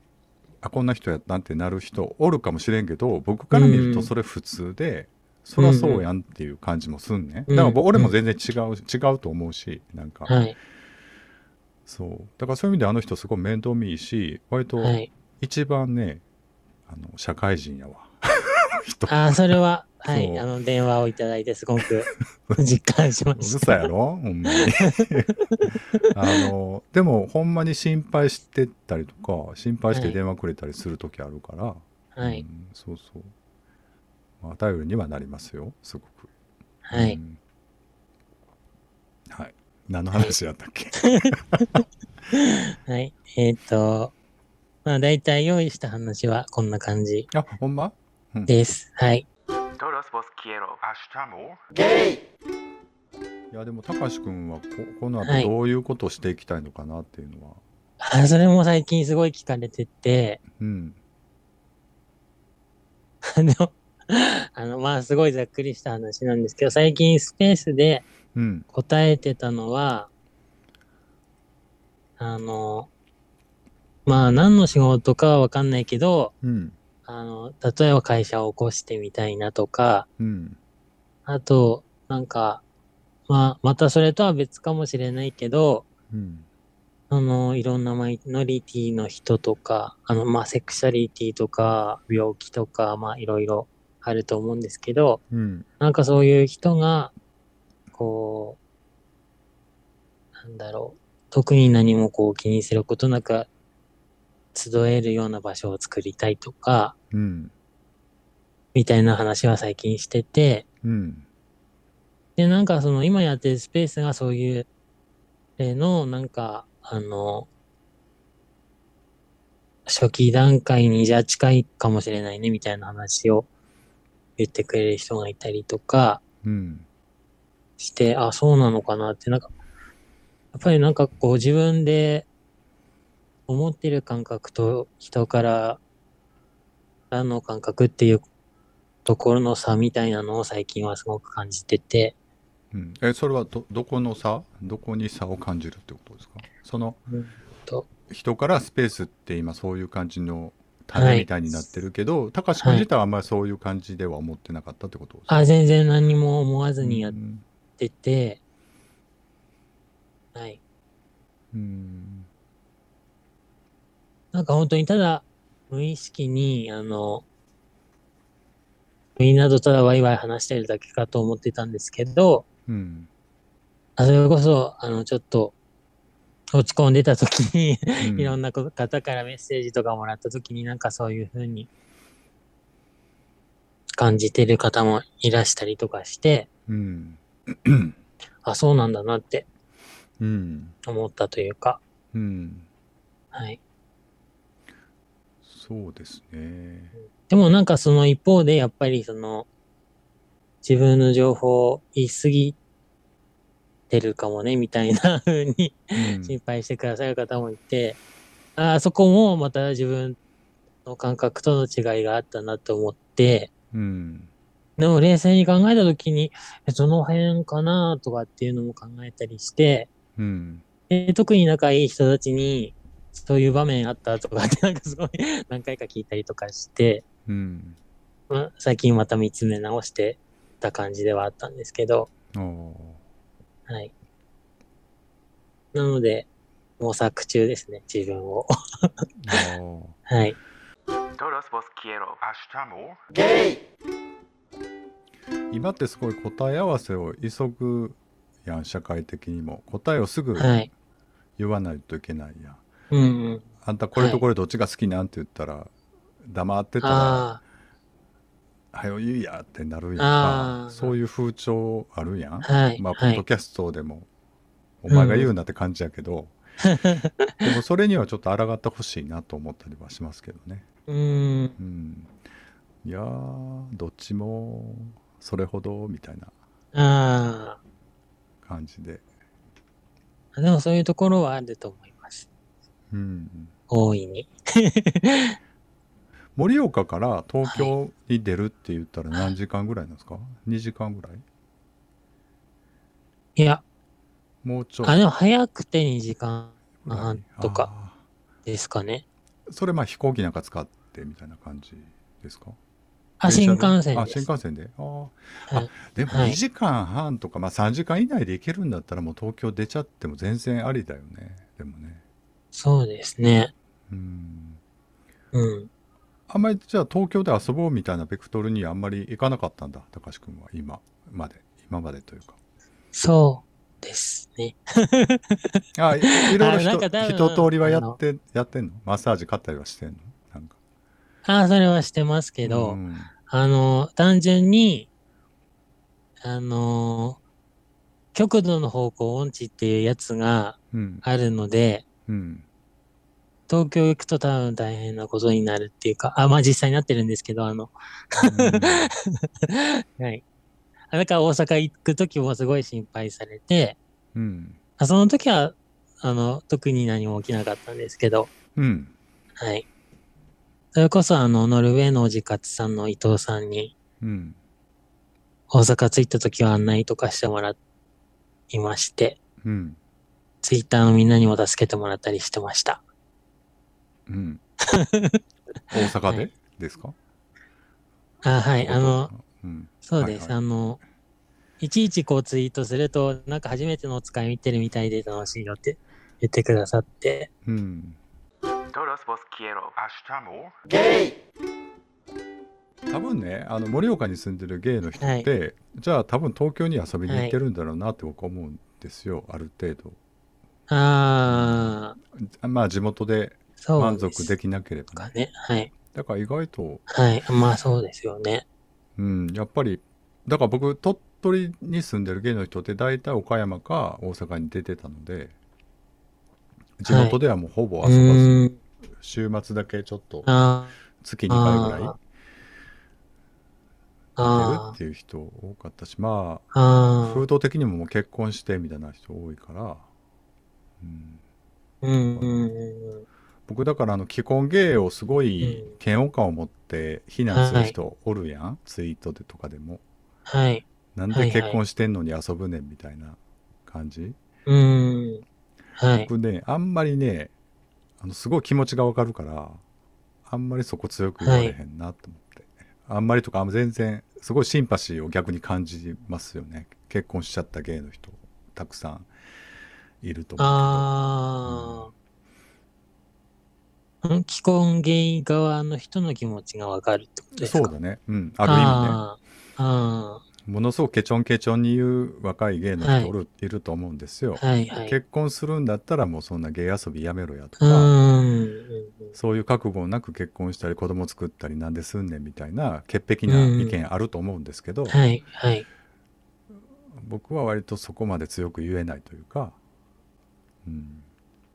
[SPEAKER 1] あこんな人やったんってなる人おるかもしれんけど僕から見ると
[SPEAKER 2] うん
[SPEAKER 1] それ普通で、そりゃそうやんっていう感じもすんね、
[SPEAKER 2] うん
[SPEAKER 1] だから僕俺も全然違う、違うと思うしなんか、
[SPEAKER 2] はい。
[SPEAKER 1] そうだからそういう意味であの人すごい面倒見いいし割と
[SPEAKER 2] はい。
[SPEAKER 1] 一番ね、あの社会人やわ人
[SPEAKER 2] ああ、それは、
[SPEAKER 1] そ
[SPEAKER 2] は
[SPEAKER 1] う
[SPEAKER 2] い。あの、電話をいただいて、すごく 実感しま
[SPEAKER 1] うる
[SPEAKER 2] し
[SPEAKER 1] さい
[SPEAKER 2] た。
[SPEAKER 1] やろほん まにあのでもほんまに心配してたりとか心配して
[SPEAKER 2] はい
[SPEAKER 1] 電話くれたりする時あるから、
[SPEAKER 2] は
[SPEAKER 1] う
[SPEAKER 2] い。
[SPEAKER 1] んそうそう、まあ、頼りにはなりますよすごく
[SPEAKER 2] は
[SPEAKER 1] う
[SPEAKER 2] い。
[SPEAKER 1] んはい何の話やったっけ
[SPEAKER 2] はい。えっと、まあ、大体用意した話はこんな感じ
[SPEAKER 1] あほんま
[SPEAKER 2] です。はい。
[SPEAKER 4] Todos vos quiero. Ashitamo.
[SPEAKER 1] いやでもたかしくんはここの
[SPEAKER 2] は
[SPEAKER 1] 後
[SPEAKER 2] い
[SPEAKER 1] どういうことをしていきたいのかなっていうのは、
[SPEAKER 2] ああ、それも最近すごい聞かれてて、
[SPEAKER 1] うん
[SPEAKER 2] あの、あの、まあ、すごいざっくりした話なんですけど、最近スペースで
[SPEAKER 1] うん
[SPEAKER 2] 答えてたのは、あの、まあ、何の仕事かはわかんないけど、
[SPEAKER 1] うん
[SPEAKER 2] あの、例えば会社を起こしてみたいなとか、
[SPEAKER 1] うん
[SPEAKER 2] あと、なんか、まあ、またそれとは別かもしれないけど、
[SPEAKER 1] うん
[SPEAKER 2] あの、いろんなマイノリティの人とか、あの、まあ、セクシャリティとか、病気とか、まあ、いろいろあると思うんですけど、
[SPEAKER 1] うん
[SPEAKER 2] なんかそういう人が、こう、なんだろう、特に何もこう気にすることなく集えるような場所を作りたいとか、
[SPEAKER 1] うん
[SPEAKER 2] みたいな話は最近してて、
[SPEAKER 1] うん
[SPEAKER 2] で、なんかその今やってるスペースがそういう例の、なんか、あの、初期段階にじゃあ近いかもしれないねみたいな話を言ってくれる人がいたりとか
[SPEAKER 1] うん
[SPEAKER 2] して、あ、そうなのかなって、なんか、やっぱりなんかこう自分で思ってる感覚と人かららの感覚っていうところの差みたいなのを最近はすごく感じてて、
[SPEAKER 1] うん、えそれはどどこの差どこに差を感じるってことですかその
[SPEAKER 2] うんと
[SPEAKER 1] 人からスペースって今そういう感じの種みたいになってるけど高橋君
[SPEAKER 2] はい
[SPEAKER 1] 自体はあんまりそういう感じでは思ってなかったってことですか、
[SPEAKER 2] あ、全然何も思わずにやっ
[SPEAKER 1] うん
[SPEAKER 2] てて、はい。
[SPEAKER 1] うん
[SPEAKER 2] なんか本当にただ、無意識に、あの、みんなとただワイワイ話してるだけかと思ってたんですけど、
[SPEAKER 1] うん
[SPEAKER 2] あそれこそ、あの、ちょっと、落ち込んでた時に、
[SPEAKER 1] うん
[SPEAKER 2] いろんなこ方からメッセージとかもらった時になんかそういう風に感じてる方もいらしたりとかして、
[SPEAKER 1] うん
[SPEAKER 2] あ、そうなんだなって
[SPEAKER 1] うん
[SPEAKER 2] 思ったというか、
[SPEAKER 1] うん
[SPEAKER 2] はい。
[SPEAKER 1] そうですね
[SPEAKER 2] でもなんかその一方でやっぱりその自分の情報を言い過ぎてるかもねみたいな風に
[SPEAKER 1] うん
[SPEAKER 2] 心配してくださる方もいて、あーそこもまた自分の感覚との違いがあったなと思って、
[SPEAKER 1] うん
[SPEAKER 2] でも冷静に考えた時に、えどの辺かなとかっていうのも考えたりして、
[SPEAKER 1] うん
[SPEAKER 2] で特に仲いい人たちに、そういう場面あったとかってなんかすごい何回か聞いたりとかして、
[SPEAKER 1] うん
[SPEAKER 2] まあ、最近また見つめ直してた感じではあったんですけど、
[SPEAKER 1] あー
[SPEAKER 2] はい。なので、模索中ですね、自分を。
[SPEAKER 1] あー
[SPEAKER 2] はい。
[SPEAKER 4] Todos vos quiero. Hasta amor.
[SPEAKER 1] 今ってすごい答え合わせを急ぐやん社会的にも答えをすぐ
[SPEAKER 2] はい。
[SPEAKER 1] 言わないといけないやん、
[SPEAKER 2] うんうん。
[SPEAKER 1] あんたこれとこれどっちが好きなんって言ったら黙ってたら
[SPEAKER 2] あ
[SPEAKER 1] 「はよ言うや」ってなるやんか
[SPEAKER 2] あー
[SPEAKER 1] そういう風潮あるやん
[SPEAKER 2] あ、。はい。
[SPEAKER 1] まあ、ポ
[SPEAKER 2] は
[SPEAKER 1] ッド
[SPEAKER 2] い。
[SPEAKER 1] キャストでも「お前が言うな」って感じやけど、 でもそれにはちょっと抗ってほしいなと思ったりはしますけどね。
[SPEAKER 2] うーん。
[SPEAKER 1] うん、いやーどっちもそれほどみたいな
[SPEAKER 2] あ
[SPEAKER 1] 感じで。
[SPEAKER 2] あ。でもそういうところはあると思います。
[SPEAKER 1] うん
[SPEAKER 2] 大いに。
[SPEAKER 1] 盛岡から東京に出るって言ったら何時間ぐらいなんですか、?2 時間ぐらい
[SPEAKER 2] いや、
[SPEAKER 1] もうちょい
[SPEAKER 2] あ、でも早くて2時間
[SPEAKER 1] ぐらい
[SPEAKER 2] なんとか
[SPEAKER 1] あー
[SPEAKER 2] ですかね。
[SPEAKER 1] それまあ飛行機なんか使ってみたいな感じですか
[SPEAKER 2] あ、
[SPEAKER 1] 電
[SPEAKER 2] 新
[SPEAKER 1] 車で
[SPEAKER 2] 幹線
[SPEAKER 1] あ
[SPEAKER 2] で
[SPEAKER 1] 新
[SPEAKER 2] す。
[SPEAKER 1] 幹線であー
[SPEAKER 2] は
[SPEAKER 1] あ
[SPEAKER 2] い
[SPEAKER 1] でも
[SPEAKER 2] はい
[SPEAKER 1] 2時間半とか、まあ、3時間以内で行けるんだったらもう東京出ちゃっても全然ありだよねでもね
[SPEAKER 2] そうですね。
[SPEAKER 1] うん
[SPEAKER 2] うん。
[SPEAKER 1] あんまりじゃあ東京で遊ぼうみたいなベクトルにあんまり行かなかったんだ高橋君は今まで今までというか
[SPEAKER 2] そうですね。
[SPEAKER 1] あいいろいろ
[SPEAKER 2] あな
[SPEAKER 1] ひ
[SPEAKER 2] んか多分
[SPEAKER 1] と一通りはやってやってんのマッサージ買ったりはしてんのなんか
[SPEAKER 2] ああ、それはしてますけど、
[SPEAKER 1] うん
[SPEAKER 2] あの、単純に、あの、極度の方向音痴っていうやつが
[SPEAKER 1] うん
[SPEAKER 2] あるので、
[SPEAKER 1] うん
[SPEAKER 2] 東京行くと多分大変なことになるっていうか、あ、まあ実際になってるんですけど、あの、はい。あだから大阪行くときもすごい心配されて、
[SPEAKER 1] うんうん
[SPEAKER 2] あその時は、あの、特に何も起きなかったんですけど、
[SPEAKER 1] うん
[SPEAKER 2] はい。それこそあの、ノルウェーのおじかつさんの伊藤さんに、
[SPEAKER 1] うん
[SPEAKER 2] 大阪着いた時は案内とかしてもらいまして、
[SPEAKER 1] うん
[SPEAKER 2] ツイッターのみんなにも助けてもらったりしてました。
[SPEAKER 1] うん。大阪で、
[SPEAKER 2] はい
[SPEAKER 1] ですか
[SPEAKER 2] あは、
[SPEAKER 1] はい
[SPEAKER 2] あの、、
[SPEAKER 1] うん。
[SPEAKER 2] そうで
[SPEAKER 1] は
[SPEAKER 2] す、
[SPEAKER 1] いはい
[SPEAKER 2] あの、いちいちこうツイートすると、なんか初めてのお使い見てるみたいで楽しいよって言ってくださって、
[SPEAKER 1] うん。
[SPEAKER 4] Todos vos quiero. Hasta amor.
[SPEAKER 1] 多分ね、あの、盛岡に住んでるゲイの人って、じゃあ多分東京に遊びに行ってるんだろうなって僕は思うんですよ、ある程度。
[SPEAKER 2] ああ、
[SPEAKER 1] まあ地元で
[SPEAKER 2] そう
[SPEAKER 1] 満
[SPEAKER 2] です
[SPEAKER 1] 足できなければ
[SPEAKER 2] か
[SPEAKER 1] ね
[SPEAKER 2] ね。はい。
[SPEAKER 1] だから意外と、
[SPEAKER 2] はい。まあそうですよね。
[SPEAKER 1] うん、やっぱりだから僕鳥取に住んでる芸の人って大体岡山か大阪に出てたので地元ではもうほぼ
[SPEAKER 2] う
[SPEAKER 1] 遊ばず、
[SPEAKER 2] ーん。
[SPEAKER 1] 週末だけちょっと
[SPEAKER 2] あ
[SPEAKER 1] 月2回ぐらい
[SPEAKER 2] あ、
[SPEAKER 1] 出る
[SPEAKER 2] あ
[SPEAKER 1] っていう人多かったしま
[SPEAKER 2] あ、あ
[SPEAKER 1] あ
[SPEAKER 2] あ。
[SPEAKER 1] 風土的にももう結婚してみたいな人多いから、うん、
[SPEAKER 2] うんうんうんうん。
[SPEAKER 1] 僕だからあの既婚芸をすごい
[SPEAKER 2] うん
[SPEAKER 1] 嫌悪感を持って非難する人おるやん、ツイートでとかでも
[SPEAKER 2] はい。
[SPEAKER 1] なん
[SPEAKER 2] はい
[SPEAKER 1] で
[SPEAKER 2] はい
[SPEAKER 1] 結婚してんのに遊ぶねんみたいな感じ、
[SPEAKER 2] うーん。はい。
[SPEAKER 1] 僕ねあんまりねあのすごい気持ちがわかるからあんまりそこ強く言われへんなと思って、あんまりとかあんま全然すごいシンパシーを逆に感じますよね結婚しちゃった芸の人たくさんいると思うけど
[SPEAKER 2] ああ。ん既婚ゲイ側の人の気持ちがわかるってことですか
[SPEAKER 1] そうだねうんある意味ね
[SPEAKER 2] あーあ
[SPEAKER 1] ものすごくケチョンケチョンに言う若い芸の人おる、い、ると思うんですよ、
[SPEAKER 2] ー、はいはい。
[SPEAKER 1] 結婚するんだったらもうそんな芸遊びやめろやと
[SPEAKER 2] うー
[SPEAKER 1] か、
[SPEAKER 2] んうんうん。
[SPEAKER 1] そういう覚悟なく結婚したり子供作ったりなんですんねんみたいな潔癖な意見あると思うんですけど、
[SPEAKER 2] はいはい。
[SPEAKER 1] 僕は割とそこまで強く言えないというか、うん、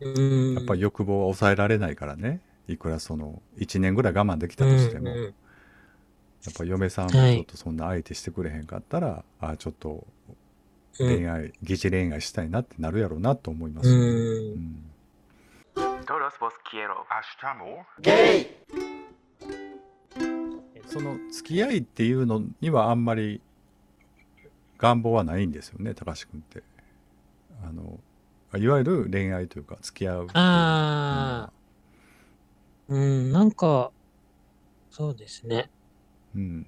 [SPEAKER 2] うーん
[SPEAKER 1] やっぱり欲望は抑えられないからねいくらその1年ぐらい我慢できたとしても、
[SPEAKER 2] うんうん
[SPEAKER 1] やっぱ嫁さんもち
[SPEAKER 2] はい
[SPEAKER 1] ょっとそんな相手してくれへんかったら、ああちょっと
[SPEAKER 2] うん
[SPEAKER 1] 恋愛、疑似恋愛したいなってなるやろうなと思います、
[SPEAKER 2] う
[SPEAKER 1] うんん
[SPEAKER 4] Todos vos quiero. Hasta amor.
[SPEAKER 1] その付き合いっていうのにはあんまり願望はないんですよね高橋君ってあのいわゆる恋愛というか付き合うっていうのは
[SPEAKER 2] ああ、うん、なんか、そうですね。
[SPEAKER 1] うん、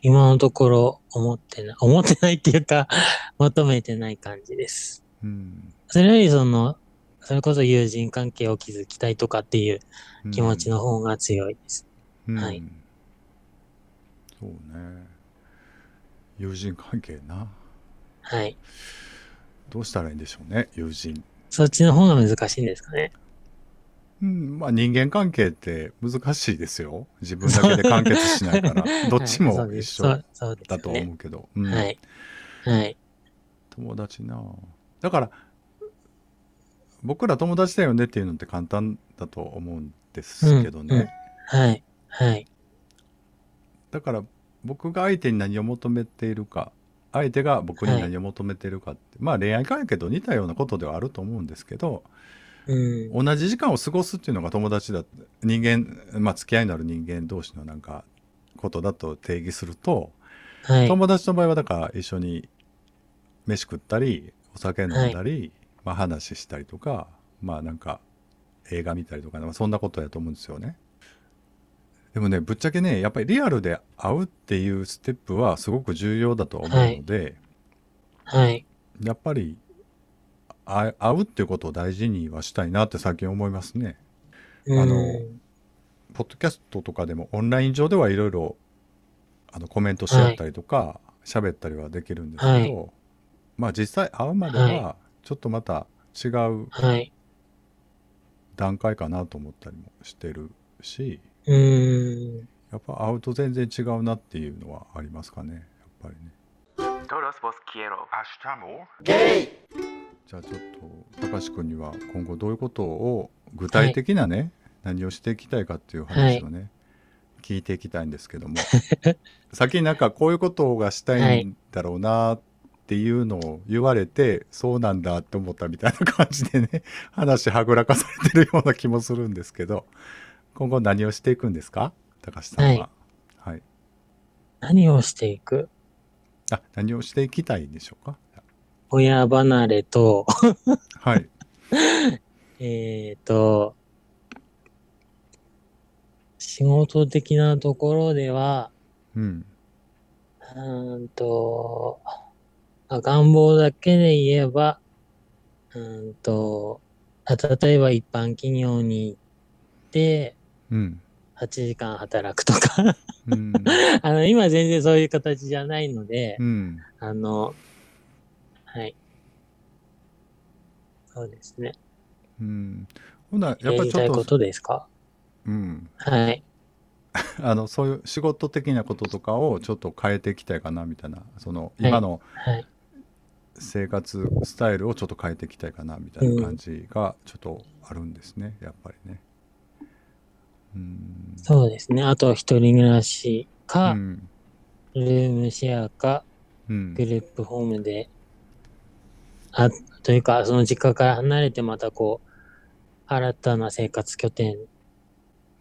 [SPEAKER 2] 今のところ思ってない、思ってないっていうか、 求めてない感じです。
[SPEAKER 1] うん
[SPEAKER 2] それよりその、それこそ友人関係を築きたいとかっていう
[SPEAKER 1] うん
[SPEAKER 2] 気持ちの方が強いです。はい
[SPEAKER 1] うんそうね友人関係な
[SPEAKER 2] はい。
[SPEAKER 1] どうしたらいいんでしょうね友人
[SPEAKER 2] そっちの方が難しいんですかね。。
[SPEAKER 1] うん、まあ人間関係って難しいですよ。自分だけで完結しないからどっち
[SPEAKER 2] はいそ
[SPEAKER 1] も
[SPEAKER 2] うで
[SPEAKER 1] 一
[SPEAKER 2] す
[SPEAKER 1] 緒
[SPEAKER 2] そうそうですよ
[SPEAKER 1] だと思うけど。うん
[SPEAKER 2] ね。はい。はい。
[SPEAKER 1] 友達なあだから、僕ら友達だよねっていうのって簡単だと思うんですけどね。
[SPEAKER 2] うんうんはい。はい。
[SPEAKER 1] だから僕が相手に何を求めているか、相手が僕に何を求めているかって、まあ恋愛関係と似たようなことではあると思うんですけど、
[SPEAKER 2] うん。
[SPEAKER 1] 同じ時間を過ごすっていうのが友達だ人間まあ付き合いのある人間同士のなんかことだと定義すると、
[SPEAKER 2] はい。
[SPEAKER 1] 友達の場合はだから一緒に飯食ったりお酒飲んだり、まあ、話したりとかまあなんか映画見たりとか、まあ、そんなことやと思うんですよね。でもねぶっちゃけねやっぱりリアルで会うっていうステップはすごく重要だと思うので、
[SPEAKER 2] はい。
[SPEAKER 1] やっぱりあ会うっていうことを大事にはしたいなって最近思いますね。
[SPEAKER 2] うん
[SPEAKER 1] あのポッドキャストとかでもオンライン上ではいろいろあのコメントし合ったりとか喋、ったりはできるんですけど、まあ実際会うまで
[SPEAKER 2] は
[SPEAKER 1] はちょっとまた違う
[SPEAKER 2] はい。
[SPEAKER 1] 段階かなと思ったりもしてるし
[SPEAKER 2] うん。
[SPEAKER 1] やっぱ会うと全然違うなっていうのはありますかねやっぱりね。
[SPEAKER 4] Todos vos quiero. Hasta amor.
[SPEAKER 1] じゃあちょっと高橋君には今後どういうことを具体的なね、何をしていきたいかっていう話をね、聞いていきたいんですけども 先になんかこういうことがしたいんだろうなっていうのを言われて、そうなんだって思ったみたいな感じでね 話はぐらかされてるような気もするんですけど今後何をしていくんですか高橋さんは。はい、
[SPEAKER 2] 何をしていく
[SPEAKER 1] あ何をしていきたいんでしょうか
[SPEAKER 2] 親離れと、
[SPEAKER 1] はい。
[SPEAKER 2] えっと、仕事的なところでは、
[SPEAKER 1] うん。
[SPEAKER 2] うーんと、あ願望だけで言えば、うーんと、あ例えば一般企業に行って、
[SPEAKER 1] うん。
[SPEAKER 2] 8時間働くとか、
[SPEAKER 1] うん。
[SPEAKER 2] あの、今全然そういう形じゃないので
[SPEAKER 1] う、ん。
[SPEAKER 2] あの、はい。そうですね。
[SPEAKER 1] うん、ほなや
[SPEAKER 2] や
[SPEAKER 1] っぱり
[SPEAKER 2] り
[SPEAKER 1] ち
[SPEAKER 2] たい
[SPEAKER 1] ょ
[SPEAKER 2] こ
[SPEAKER 1] っと、
[SPEAKER 2] とですか
[SPEAKER 1] うん、
[SPEAKER 2] はい。
[SPEAKER 1] あのそういう仕事的なこととかをちょっと変えていきたいかなみたいなその今の
[SPEAKER 2] はい。
[SPEAKER 1] 生活スタイルをちょっと変えていきたいかなみたいな感じがちょっとあるんですねやっぱりね。うん
[SPEAKER 2] そうですね。あと、一人暮らし
[SPEAKER 1] う
[SPEAKER 2] か、
[SPEAKER 1] ん
[SPEAKER 2] ルームシェアか、
[SPEAKER 1] うん
[SPEAKER 2] グループホームで、あ、というか、その実家から離れてまたこう、新たな生活拠点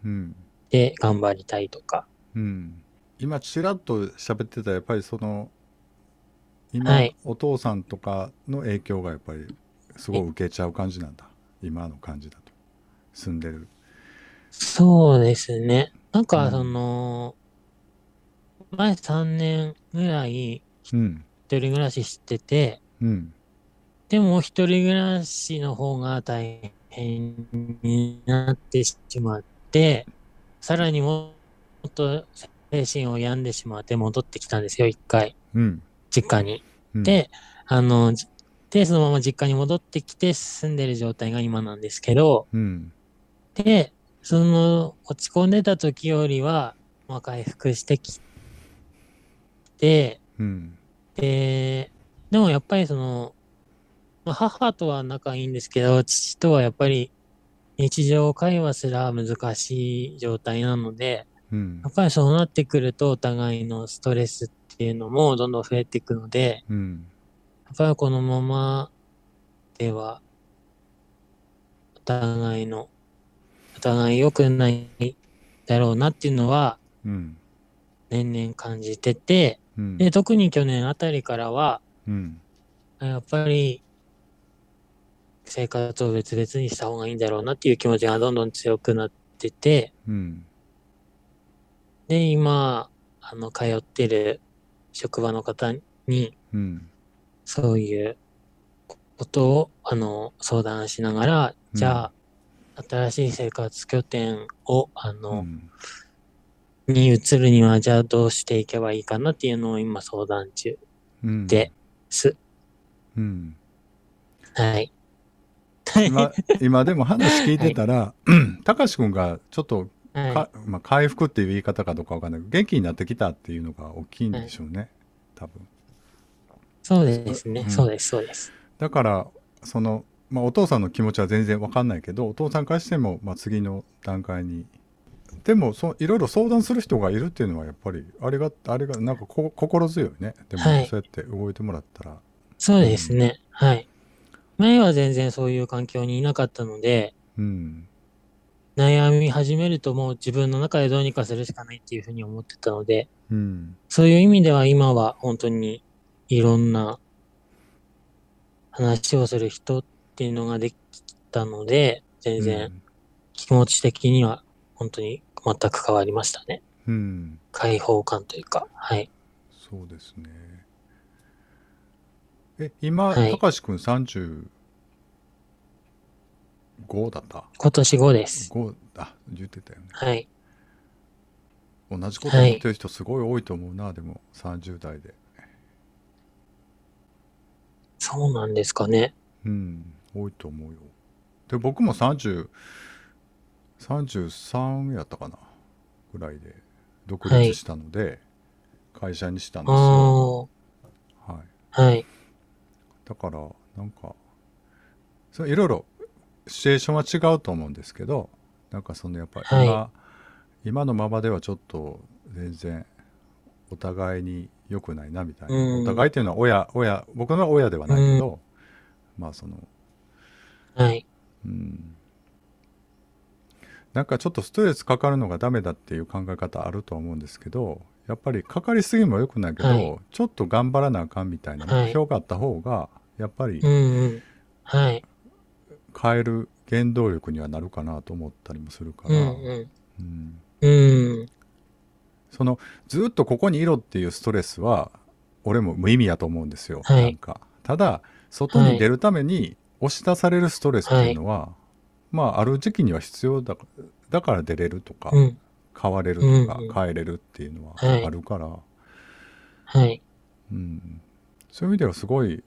[SPEAKER 1] うん
[SPEAKER 2] で頑張りたいとか。
[SPEAKER 1] うん、今ちらっと喋ってたやっぱりその今、
[SPEAKER 2] はい
[SPEAKER 1] お父さんとかの影響がやっぱりすごい受けちゃう感じなんだ今の感じだと住んでる。
[SPEAKER 2] そうですね。なん
[SPEAKER 1] う
[SPEAKER 2] か、
[SPEAKER 1] ん
[SPEAKER 2] その、前3年ぐらい、
[SPEAKER 1] うん
[SPEAKER 2] 一人暮らししてて、
[SPEAKER 1] うん
[SPEAKER 2] でも一人暮らしの方が大変になってしまって、さらにもっと精神を病んでしまって戻ってきたんですよ、一回、
[SPEAKER 1] うん
[SPEAKER 2] 実家に。
[SPEAKER 1] うん、
[SPEAKER 2] で、あの、じで、そのまま実家に戻ってきて住んでる状態が今なんですけど、
[SPEAKER 1] うん
[SPEAKER 2] で、その落ち込んでた時よりは、まあ、回復してきて、
[SPEAKER 1] うん
[SPEAKER 2] で、でもやっぱりその、まあ母とは仲いいんですけど、父とはやっぱり日常会話すら難しい状態なので、
[SPEAKER 1] うん
[SPEAKER 2] やっぱりそうなってくるとお互いのストレスっていうのもどんどん増えていくので、
[SPEAKER 1] うん
[SPEAKER 2] やっぱりこのままでは、お互いの、お互い良くないだろうなっていうのは
[SPEAKER 1] うん
[SPEAKER 2] 年々感じてて、
[SPEAKER 1] うん
[SPEAKER 2] で、特に去年あたりからは、
[SPEAKER 1] うん
[SPEAKER 2] やっぱり生活を別々にした方がいいんだろうなっていう気持ちがどんどん強くなってて、
[SPEAKER 1] うん
[SPEAKER 2] で、今、あの、通ってる職場の方に、
[SPEAKER 1] うん
[SPEAKER 2] そういうことを、あの、相談しながら、
[SPEAKER 1] うん
[SPEAKER 2] じゃあ、新しい生活拠点を、あ
[SPEAKER 1] う
[SPEAKER 2] の、
[SPEAKER 1] ん
[SPEAKER 2] に移るには、じゃあどうしていけばいいかなっていうのを今相談中で
[SPEAKER 1] うん
[SPEAKER 2] す。
[SPEAKER 1] うん
[SPEAKER 2] はい。はい。
[SPEAKER 1] 今今でも話聞いてたらたかし君がちょっと
[SPEAKER 2] は
[SPEAKER 1] かまあ、回復っていう言い方かどうかわかんないけど元気になってきたっていうのが大きいんでしょうね、多分
[SPEAKER 2] い。そうですね。
[SPEAKER 1] うん
[SPEAKER 2] そうです。そうです。
[SPEAKER 1] だからその、まあ、お父さんの気持ちは全然わかんないけどお父さんからしても、まあ、次の段階にでもそういろいろ相談する人がいるっていうのはやっぱりあれがあれがなんかこ心強いねでも、
[SPEAKER 2] はい
[SPEAKER 1] そうやって動いてもらったら
[SPEAKER 2] そうですね。はい。前は全然そういう環境にいなかったので、
[SPEAKER 1] うん
[SPEAKER 2] 悩み始めるともう自分の中でどうにかするしかないっていうふうに思ってたので、
[SPEAKER 1] うん
[SPEAKER 2] そういう意味では今は本当にいろんな話をする人っていうのができたので、全然気持ち的には本当に全く変わりましたね。
[SPEAKER 1] うん、うん、
[SPEAKER 2] 解放感というか、はい。
[SPEAKER 1] そうですねえ今
[SPEAKER 2] はい
[SPEAKER 1] たかし君35だった
[SPEAKER 2] 今年5です。
[SPEAKER 1] 5あ言ってたよね
[SPEAKER 2] はい。
[SPEAKER 1] 同じこと言ってる人すごい多いと思うな、でも30代で
[SPEAKER 2] そうなんですかね。
[SPEAKER 1] うん多いと思うよで僕も3033やったかなぐらいで独立したので、会社にしたんです
[SPEAKER 2] あ
[SPEAKER 1] よ、
[SPEAKER 2] あ、
[SPEAKER 1] はい、
[SPEAKER 2] はい。
[SPEAKER 1] だからなんかそれいろいろシチュエーションは違うと思うんですけどなんかそのやっぱり今、
[SPEAKER 2] は
[SPEAKER 1] 今のままではちょっと全然お互いに良くないなみたいな、
[SPEAKER 2] うん
[SPEAKER 1] お互いっていうのは親親僕のは親ではないけど、まあその
[SPEAKER 2] はい。
[SPEAKER 1] うんなんかちょっとストレスかかるのがダメだっていう考え方あると思うんですけどやっぱりかかりすぎも良くないけど、
[SPEAKER 2] はい
[SPEAKER 1] ちょっと頑張らなあかんみたいな
[SPEAKER 2] はい
[SPEAKER 1] 目標があった方がやっぱり
[SPEAKER 2] うんうん。はい。
[SPEAKER 1] 変える原動力にはなるかなと思ったりもするか
[SPEAKER 2] う
[SPEAKER 1] ら、
[SPEAKER 2] ん
[SPEAKER 1] うん
[SPEAKER 2] うん。うん。
[SPEAKER 1] そのずっとここにいろっていうストレスは俺も無意味やと思うんですよ、
[SPEAKER 2] はい
[SPEAKER 1] なんかただ外に出るために押し出されるストレスっていうのは、まあある時期には必要だだから出れるとか、
[SPEAKER 2] うん。
[SPEAKER 1] 変われるとか、
[SPEAKER 2] うんうん
[SPEAKER 1] 変えれるっていうのは
[SPEAKER 2] はい
[SPEAKER 1] あるから、
[SPEAKER 2] はい。
[SPEAKER 1] うん、そういう意味ではすごい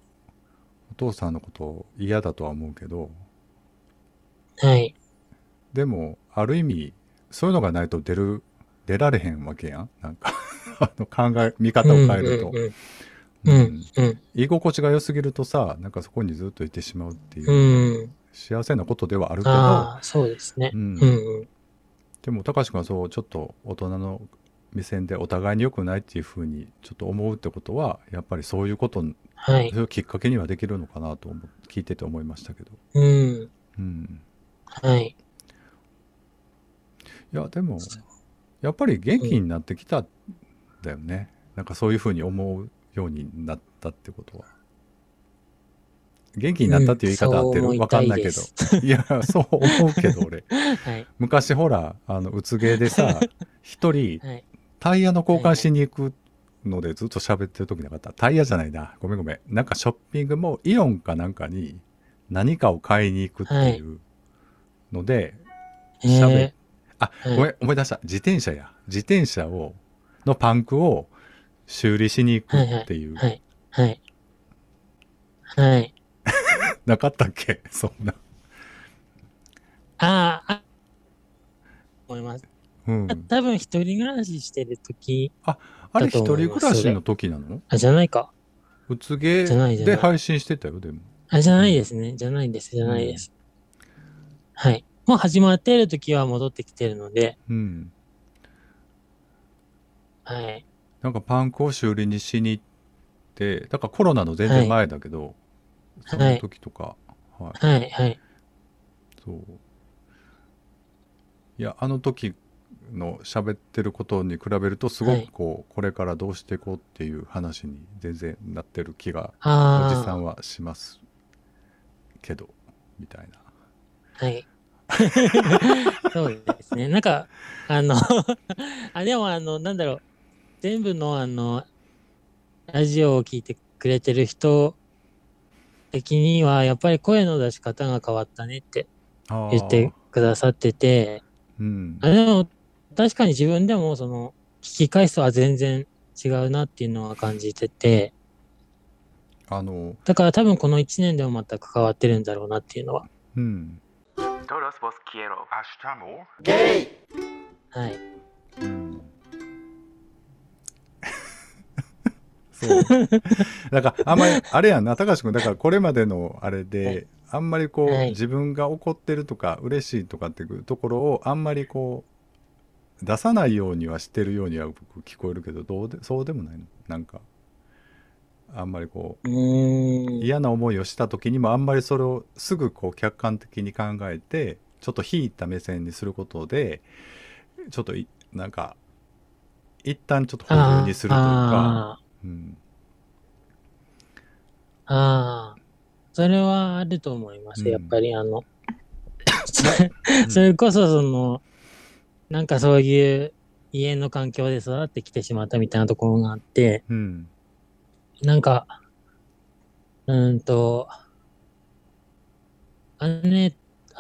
[SPEAKER 1] お父さんのこと嫌だとは思うけど
[SPEAKER 2] はい。
[SPEAKER 1] でもある意味そういうのがないと出る出られへんわけやんなんか あの考え見方を変えると、
[SPEAKER 2] うんうんうん
[SPEAKER 1] 居心地が良すぎるとさなんかそこにずっといてしまうっていう、
[SPEAKER 2] うんうん。うん。
[SPEAKER 1] 幸せなことではあるけど
[SPEAKER 2] ああ、そうですね。
[SPEAKER 1] うん
[SPEAKER 2] うんうん。
[SPEAKER 1] でも高志君はそうちょっと大人の目線でお互いに良くないっていうふうにちょっと思うってことはやっぱりそういうことに
[SPEAKER 2] はい
[SPEAKER 1] そ。れをきっかけにはできるのかなと思う聞いてて思いましたけど、
[SPEAKER 2] うん。
[SPEAKER 1] うん、
[SPEAKER 2] はい。
[SPEAKER 1] いやでもやっぱり元気になってきたんだよね、なんかそういうふうに思うようになったってことは元気になったっていう言い方合ってる、
[SPEAKER 2] うん
[SPEAKER 1] わかんないけど
[SPEAKER 2] そう思い
[SPEAKER 1] いや そう思うけど俺
[SPEAKER 2] はい。
[SPEAKER 1] 昔ほらあのうつ芸で さ一人
[SPEAKER 2] はい。
[SPEAKER 1] タイヤの交換しに行くのでずっと喋ってる時なかったタイヤじゃないなごめんごめんなんかショッピングもイオンかなんかに何かを買いに行くっていうので、 喋っ
[SPEAKER 2] え
[SPEAKER 1] あ、
[SPEAKER 2] うん
[SPEAKER 1] ごめん、思い出した。自転車や。自転車を、のパンクを修理しに行くっていう、
[SPEAKER 2] ーはい。はい。はい。
[SPEAKER 1] なかったっけ そんな。
[SPEAKER 2] あーあ、思います。
[SPEAKER 1] うん。
[SPEAKER 2] 多分一人暮らししてる時
[SPEAKER 1] あれ一人暮らしの時なの
[SPEAKER 2] あ、じゃないか。
[SPEAKER 1] うつげ
[SPEAKER 2] じゃないじゃな
[SPEAKER 1] で
[SPEAKER 2] い
[SPEAKER 1] 配信してたよ、でも。
[SPEAKER 2] あ、じゃないですね。じゃないです。じゃないです。はい。もう始まっている時は戻ってきてるので、
[SPEAKER 1] うん。
[SPEAKER 2] はい。
[SPEAKER 1] なんかパンクを修理にしに行って、だからコロナの全然前だけど、その時とか、はい、
[SPEAKER 2] はい。はい。
[SPEAKER 1] そう。いや、あの時の喋ってることに比べると、すご
[SPEAKER 2] はい
[SPEAKER 1] くこう、これからどうしていこうっていう話に全然なってる気が、おじさ
[SPEAKER 2] あ
[SPEAKER 1] んはしますけど、みたいな。
[SPEAKER 2] あ、はい。そうですね。なんか、あの、 あ、でも、あの、なんだろう。全部の、あの、ラジオを聞いてくれてる人的には、やっぱり声の出し方が変わったねって
[SPEAKER 1] あー
[SPEAKER 2] 言ってくださってて、
[SPEAKER 1] うん
[SPEAKER 2] あ。でも確かに自分でもその聞き返すは全然違うなっていうのは感じてて
[SPEAKER 1] あの、
[SPEAKER 2] だから多分この1年でも全く変わってるんだろうなっていうのは
[SPEAKER 1] うん。
[SPEAKER 4] Todos vos quiero. Hasta amor.
[SPEAKER 2] はい
[SPEAKER 1] うん、そう。だから、あんまり、あれやんな、高橋君、だからこれまでのあれ
[SPEAKER 2] は
[SPEAKER 1] で
[SPEAKER 2] い、
[SPEAKER 1] あんまりこう、
[SPEAKER 2] はい
[SPEAKER 1] 自分が怒ってるとか、嬉しいとかっていうところを、あんまりこう、出さないようにはしてるようには僕聞こえるけど、どうで、そうでもないのなんか、あんまりこう、
[SPEAKER 2] うーん
[SPEAKER 1] 嫌な思いをした時にも、あんまりそれをすぐこう、客観的に考えて、ちょっと引いた目線にすることで、ちょっとい、なんか、一旦ちょっと保留にするというか、
[SPEAKER 2] あ
[SPEAKER 1] うん、
[SPEAKER 2] ーあーそれはあると思います、
[SPEAKER 1] うん
[SPEAKER 2] やっぱりあのそれ それこそそのなんかそういう家の環境で育ってきてしまったみたいなところがあって、
[SPEAKER 1] うん、
[SPEAKER 2] なんか、うーんと、姉、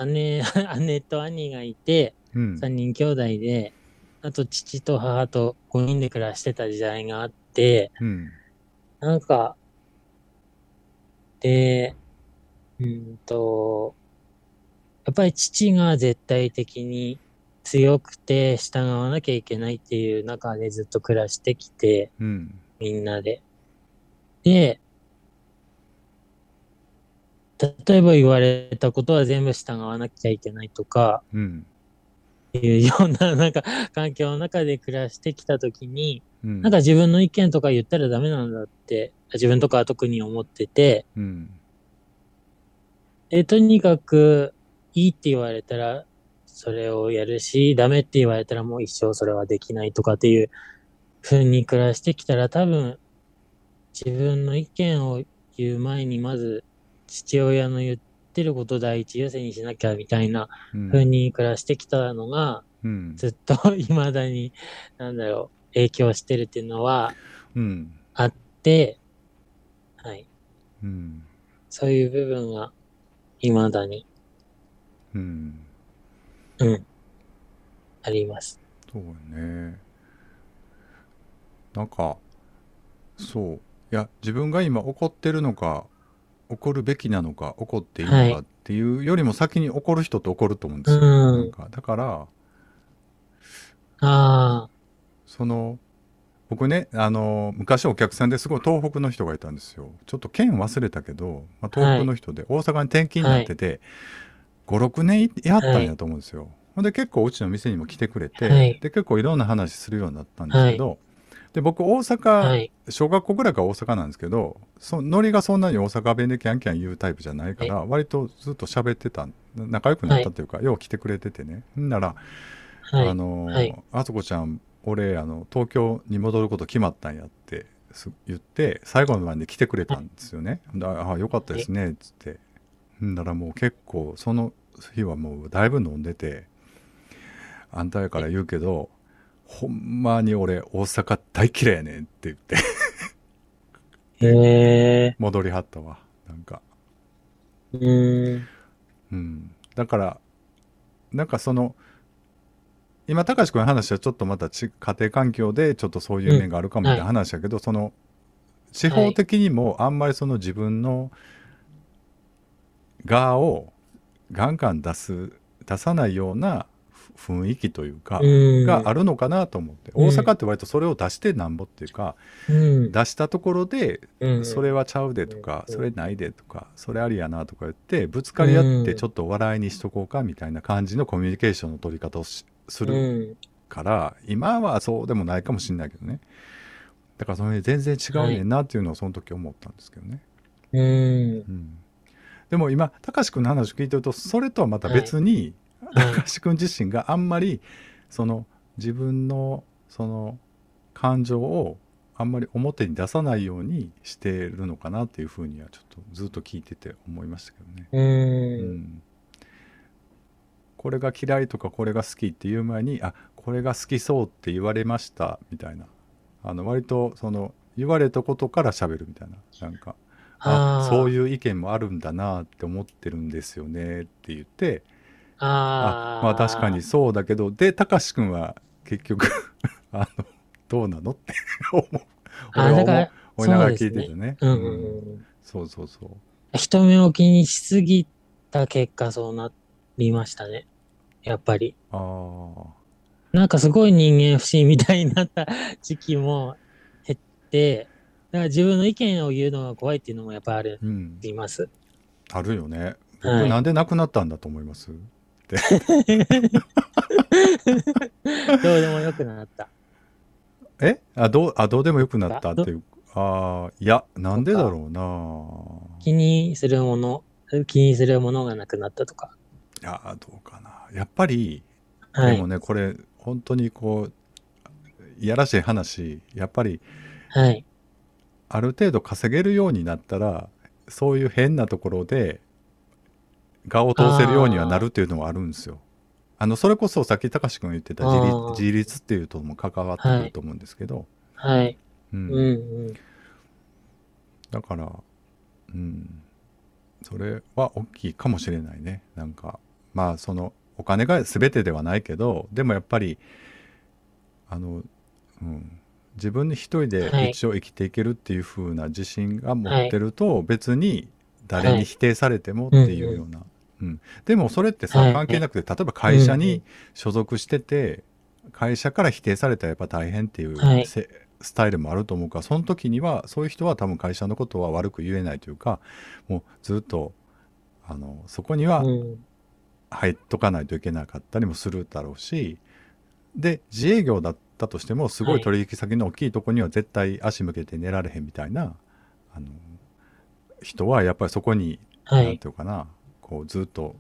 [SPEAKER 2] 姉、 姉と兄がいて、
[SPEAKER 1] うん、
[SPEAKER 2] 3人兄弟で、あと父と母と5人で暮らしてた時代があって、
[SPEAKER 1] うん、
[SPEAKER 2] なんか、で、うーんと、やっぱり父が絶対的に強くて従わなきゃいけないっていう中でずっと暮らしてきて、
[SPEAKER 1] うん、
[SPEAKER 2] みんなで。で、例えば言われたことは全部従わなきゃいけないとか、
[SPEAKER 1] うん、
[SPEAKER 2] いうような、なんか、環境の中で暮らしてきたときに、
[SPEAKER 1] うん、
[SPEAKER 2] なんか自分の意見とか言ったらダメなんだって、自分とかは特に思ってて、
[SPEAKER 1] うん、
[SPEAKER 2] で、とにかく、いいって言われたら、それをやるし、ダメって言われたらもう一生それはできないとかっていう風に暮らしてきたら多分、自分の意見を言う前に、まず、父親の言ってることを第一優先にしなきゃみたいな
[SPEAKER 1] うん、
[SPEAKER 2] 風に暮らしてきたのが、
[SPEAKER 1] うん、
[SPEAKER 2] ずっと未だに、なんだろう、影響してるっていうのは
[SPEAKER 1] うん、
[SPEAKER 2] あって、はい。
[SPEAKER 1] うん、
[SPEAKER 2] そういう部分が、未だに、
[SPEAKER 1] うん、
[SPEAKER 2] うん、あります。
[SPEAKER 1] そうやね。なんか、そう。いや、自分が今怒ってるのか、起こるべきなのか起こっていいのかっていうよりも先に起こる人と起こると思うんですよ、
[SPEAKER 2] うん
[SPEAKER 1] なんかだから
[SPEAKER 2] あ
[SPEAKER 1] その僕ねあの昔お客さんですごい東北の人がいたんですよちょっと県忘れたけど、まあ、東北の人で大阪に転勤になってて、56年いやったんやと思うんですよ、ほんで結構うちの店にも来てくれて、
[SPEAKER 2] はい
[SPEAKER 1] で結構いろんな話するようになったんですけど、で僕大
[SPEAKER 2] あ、
[SPEAKER 1] 阪、
[SPEAKER 2] はい、
[SPEAKER 1] 小学校ぐらいから大阪なんですけどそノリがそんなに大阪弁でキャンキャン言うタイプじゃないから割とずっと喋ってた仲良くなったというか、よう来てくれててねんなら、
[SPEAKER 2] はい、
[SPEAKER 1] あのー
[SPEAKER 2] はい
[SPEAKER 1] あそこちゃん俺あの東京に戻ること決まったんやってす言って最後の晩に来てくれたんですよね、でああよかったですねっつってんならもう結構その日はもうだいぶ飲んでてあんたやから言うけどほんまに俺大阪大嫌いやねんって言って
[SPEAKER 2] へえ
[SPEAKER 1] 戻りはったわなんか、
[SPEAKER 2] ー、うーん、
[SPEAKER 1] うん、だからなんかその今高志君の話はちょっとまたち家庭環境でちょっとそういう面があるかもって
[SPEAKER 2] はい
[SPEAKER 1] 話やけど、その地方的にもあんまりその自分の側をガンガン出す出さないようなふ雰囲気というか、
[SPEAKER 2] うん、
[SPEAKER 1] があるのかなと思って、
[SPEAKER 2] うん
[SPEAKER 1] 大阪って割とそれを出してなんぼっていうか、
[SPEAKER 2] うん、
[SPEAKER 1] 出したところで
[SPEAKER 2] うん、
[SPEAKER 1] それはちゃうでとか、
[SPEAKER 2] うん
[SPEAKER 1] それないでとか、それありやなとか言って、ぶつかり合っ
[SPEAKER 2] う
[SPEAKER 1] て
[SPEAKER 2] ん
[SPEAKER 1] ちょっと笑いにしとこうかみたいな感じのコミュニケーションの取り方をしす
[SPEAKER 2] う
[SPEAKER 1] る
[SPEAKER 2] ん、
[SPEAKER 1] から、今はそうでもないかもしれないけどね。だからその辺全然違うねんなっていうのをその時思ったんですけどね。
[SPEAKER 2] うん、
[SPEAKER 1] うん、でも今、たかしくんの話を聞いてると、それとはまた別に、
[SPEAKER 2] はい
[SPEAKER 1] 高橋君自身があんまりその自分のその感情をあんまり表に出さないようにしてるのかなっていうふうにはちょっとずっと聞いてて思いましたけどね。
[SPEAKER 2] う、
[SPEAKER 1] うんん、これが嫌いとかこれが好きっていう前にあこれが好きそうって言われましたみたいなあの割とその言われたことから喋るみたいななんかあそう
[SPEAKER 2] う、
[SPEAKER 1] いう意見もあるんだなって思ってるんですよねって言って
[SPEAKER 2] あ
[SPEAKER 1] あ
[SPEAKER 2] ー
[SPEAKER 1] まあ確かに、そうだけどでたかし君は結局 あのどうなのって思う
[SPEAKER 2] あ
[SPEAKER 1] 俺は
[SPEAKER 2] ー
[SPEAKER 1] 思
[SPEAKER 2] だ
[SPEAKER 1] う
[SPEAKER 2] から、
[SPEAKER 1] 思いながら聞いててね
[SPEAKER 2] うん、
[SPEAKER 1] うん
[SPEAKER 2] うん、
[SPEAKER 1] そうそうそう
[SPEAKER 2] 人目を気にしすぎた結果、そうなりましたね、やっぱり。
[SPEAKER 1] ああ
[SPEAKER 2] なんかすごい人間不信みたいになった時期も減って、だから自分の意見を言うのが怖いっていうのもやっぱりある
[SPEAKER 1] うん
[SPEAKER 2] います。
[SPEAKER 1] あるよね僕、
[SPEAKER 2] はい
[SPEAKER 1] なんでなくなったんだと思います
[SPEAKER 2] どうでもよくなった。
[SPEAKER 1] えあどうあどうでもよくなったっ
[SPEAKER 2] ど
[SPEAKER 1] ていうああいやなんでだろうな
[SPEAKER 2] 気にするもの、気にするものがなくなったとか。
[SPEAKER 1] いやどうかなやっぱり
[SPEAKER 2] は
[SPEAKER 1] でも
[SPEAKER 2] い。
[SPEAKER 1] ねこれ本当にこういやらしい話やっぱり
[SPEAKER 2] はい。
[SPEAKER 1] ある程度稼げるようになったらそういう変なところで顔を通せるようにはなるっていうのはあるんですよ。あのそれこそさっき隆君言ってた自
[SPEAKER 2] あー
[SPEAKER 1] 立自立っていうとも関わってくると思うんですけど、
[SPEAKER 2] はい。
[SPEAKER 1] う
[SPEAKER 2] うんんうん。
[SPEAKER 1] だから、うん、それは大きいかもしれないねなんかまあそのお金が全てではないけどでもやっぱりあの、うん、自分一人
[SPEAKER 2] は
[SPEAKER 1] で
[SPEAKER 2] い
[SPEAKER 1] 一応生きていけるっていう風な自信が持ってると、別に誰に否定されてもっていうような、うんでもそれってさ、
[SPEAKER 2] はい
[SPEAKER 1] 関係なくて例えば会社
[SPEAKER 2] うんう
[SPEAKER 1] に所属してて、会社から否定されたらやっぱ大変っていう、
[SPEAKER 2] はい
[SPEAKER 1] せスタイルもあると思うからその時にはそういう人は多分会社のことは悪く言えないというかもうずっとあのそこには
[SPEAKER 2] うん
[SPEAKER 1] 入っとかないといけなかったりもするだろうしで自営業だったとしてもすご
[SPEAKER 2] はい
[SPEAKER 1] い取引先の大きいとこには絶対足向けて寝られへんみたいなあの人はやっぱりそこに
[SPEAKER 2] は
[SPEAKER 1] なん
[SPEAKER 2] い。
[SPEAKER 1] ていうかなこうずっと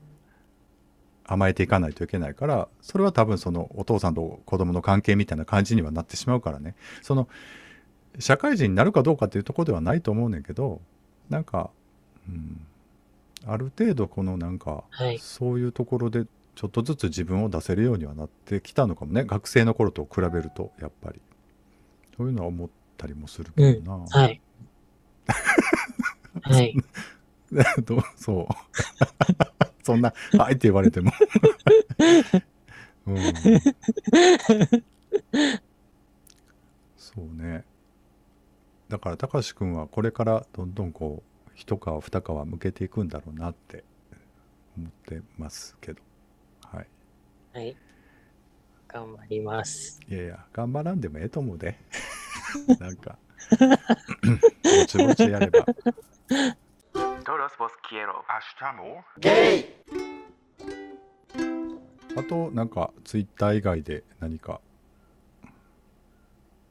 [SPEAKER 1] 甘えていかないといけないからそれは多分そのお父さんと子供の関係みたいな感じにはなってしまうからねその社会人になるかどうかっていうところではないと思うねんけどなんか、うん、ある程度このなんか
[SPEAKER 2] はい。
[SPEAKER 1] そういうところでちょっとずつ自分を出せるようにはなってきたのかもね学生の頃と比べるとやっぱりそういうのは思ったりもするけどな、
[SPEAKER 2] はい。はい。
[SPEAKER 1] どうそうそんな「はい」って言われても、 うん、そうねだから貴司君はこれからどんどんこう一皮二皮向けていくんだろうなって思ってますけど、はい、
[SPEAKER 2] はい。頑張ります。
[SPEAKER 1] いやいや頑張らんでもええと思うで なんか ぼちぼちやれば
[SPEAKER 4] Todos vos quiero. Hasta amor.
[SPEAKER 1] あとなんかツイッター以外で何か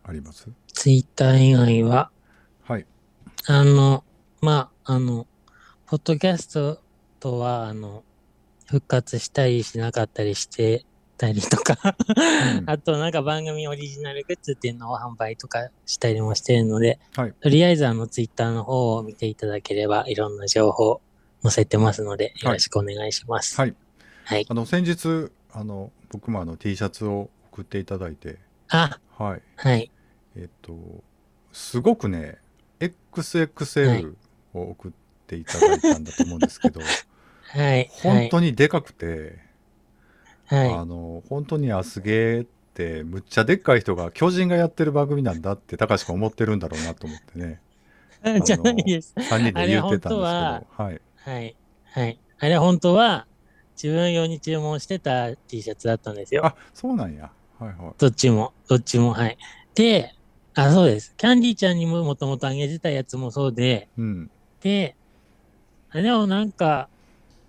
[SPEAKER 1] あります
[SPEAKER 2] ツイッター以外は、
[SPEAKER 1] はい
[SPEAKER 2] あの、まあ、あの、ポッドキャストとは、あの、復活したりしなかったりしてたりとか、
[SPEAKER 1] ん
[SPEAKER 2] あとなんか番組オリジナルグッズっていうのを販売とかしたりもしてるので、
[SPEAKER 1] はい
[SPEAKER 2] とりあえずあのツイッターの方を見ていただければいろんな情報載せてますので、よろしくお願いします。
[SPEAKER 1] はい
[SPEAKER 2] はい
[SPEAKER 1] あの先日あの僕もあの T シャツを送っていただいて
[SPEAKER 2] あ、
[SPEAKER 1] はい
[SPEAKER 2] はい。
[SPEAKER 1] えっとすごくね XXL を送っていただいたんだと思うんですけど、
[SPEAKER 2] はい。
[SPEAKER 1] 本当
[SPEAKER 2] に。
[SPEAKER 1] にでかくて、
[SPEAKER 2] は
[SPEAKER 1] あの本当にあすげえってむっちゃでっかい人が巨人がやってる番組なんだって高しか思ってるんだろうなと思ってね
[SPEAKER 2] い。 じゃないです。
[SPEAKER 1] 3人で言ってたんですけど
[SPEAKER 2] あ
[SPEAKER 1] は
[SPEAKER 2] れ本
[SPEAKER 1] い
[SPEAKER 2] はい。はい。あれ本当は自分用に注文してた T シャツだったんです よ。
[SPEAKER 1] あそうなんやはいはい
[SPEAKER 2] どっちも、どっちも、はい。で、あ、そうです。キャンディーちゃんにももともとあげてたやつもそうで、
[SPEAKER 1] うん
[SPEAKER 2] で、あでもなんか、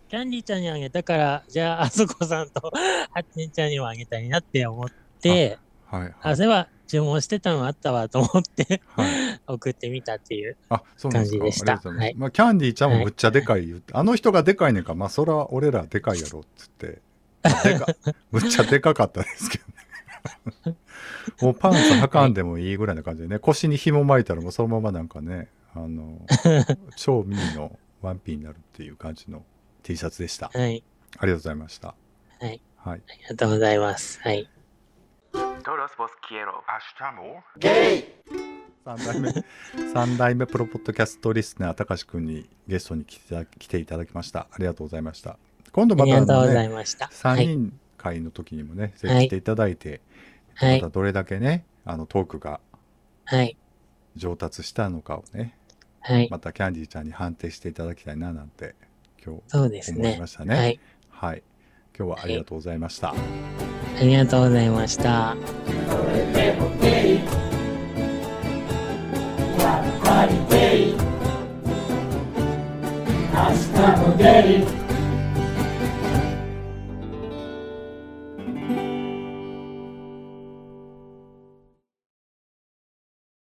[SPEAKER 2] キャンディーちゃんにあげたから、じゃあ、あそこさんと ハッチンちゃんにもあげたいなって思って、
[SPEAKER 1] はいはい
[SPEAKER 2] あ、そういえば注文してたのあったわと思って
[SPEAKER 1] はい、
[SPEAKER 2] 送ってみたっていう。
[SPEAKER 1] あそうなんですか
[SPEAKER 2] 感じでした
[SPEAKER 1] ありがとうございます
[SPEAKER 2] はい
[SPEAKER 1] まあ、キャンディーちゃんもむっちゃでかい言って、あの人がでかいねんかまあそら俺らでかいやろっつって、まあで かむっちゃでかかったですけどね もうパンツはかんでもいいぐらいな感じで ね、腰に紐巻いたらもうそのままなんかねあの超ミニのワンピになるっていう感じの T シャツでしたあり
[SPEAKER 2] は
[SPEAKER 1] が
[SPEAKER 2] い。
[SPEAKER 1] とうございました
[SPEAKER 2] はい。
[SPEAKER 1] はい、
[SPEAKER 2] ありがとうございます。はい。
[SPEAKER 4] Todos vos quiero. Hasta amor.
[SPEAKER 1] 3代目 三代目プロポッドキャストリスナーたかしくんにゲストに来ていただ来ていただきましたありがとうございました今度
[SPEAKER 2] あ
[SPEAKER 1] ま
[SPEAKER 2] り
[SPEAKER 1] たあ
[SPEAKER 2] がとうご
[SPEAKER 1] のね
[SPEAKER 2] ざいました。は
[SPEAKER 1] 3
[SPEAKER 2] い。
[SPEAKER 1] 人会の時にもね、ぜ
[SPEAKER 2] は
[SPEAKER 1] ひ
[SPEAKER 2] い
[SPEAKER 1] 来ていただいて、
[SPEAKER 2] は
[SPEAKER 1] ま
[SPEAKER 2] い
[SPEAKER 1] た。どれだけねあのトークが
[SPEAKER 2] はい。
[SPEAKER 1] 上達したのかをね
[SPEAKER 2] はい。
[SPEAKER 1] またキャンディーちゃんに判定していただきたいななんて今
[SPEAKER 2] そうです
[SPEAKER 1] 日思い
[SPEAKER 2] ね
[SPEAKER 1] ま。したね
[SPEAKER 2] はい。
[SPEAKER 1] はい、今日はありがとうございました、
[SPEAKER 2] ありがとうございました。
[SPEAKER 5] 明日もデイ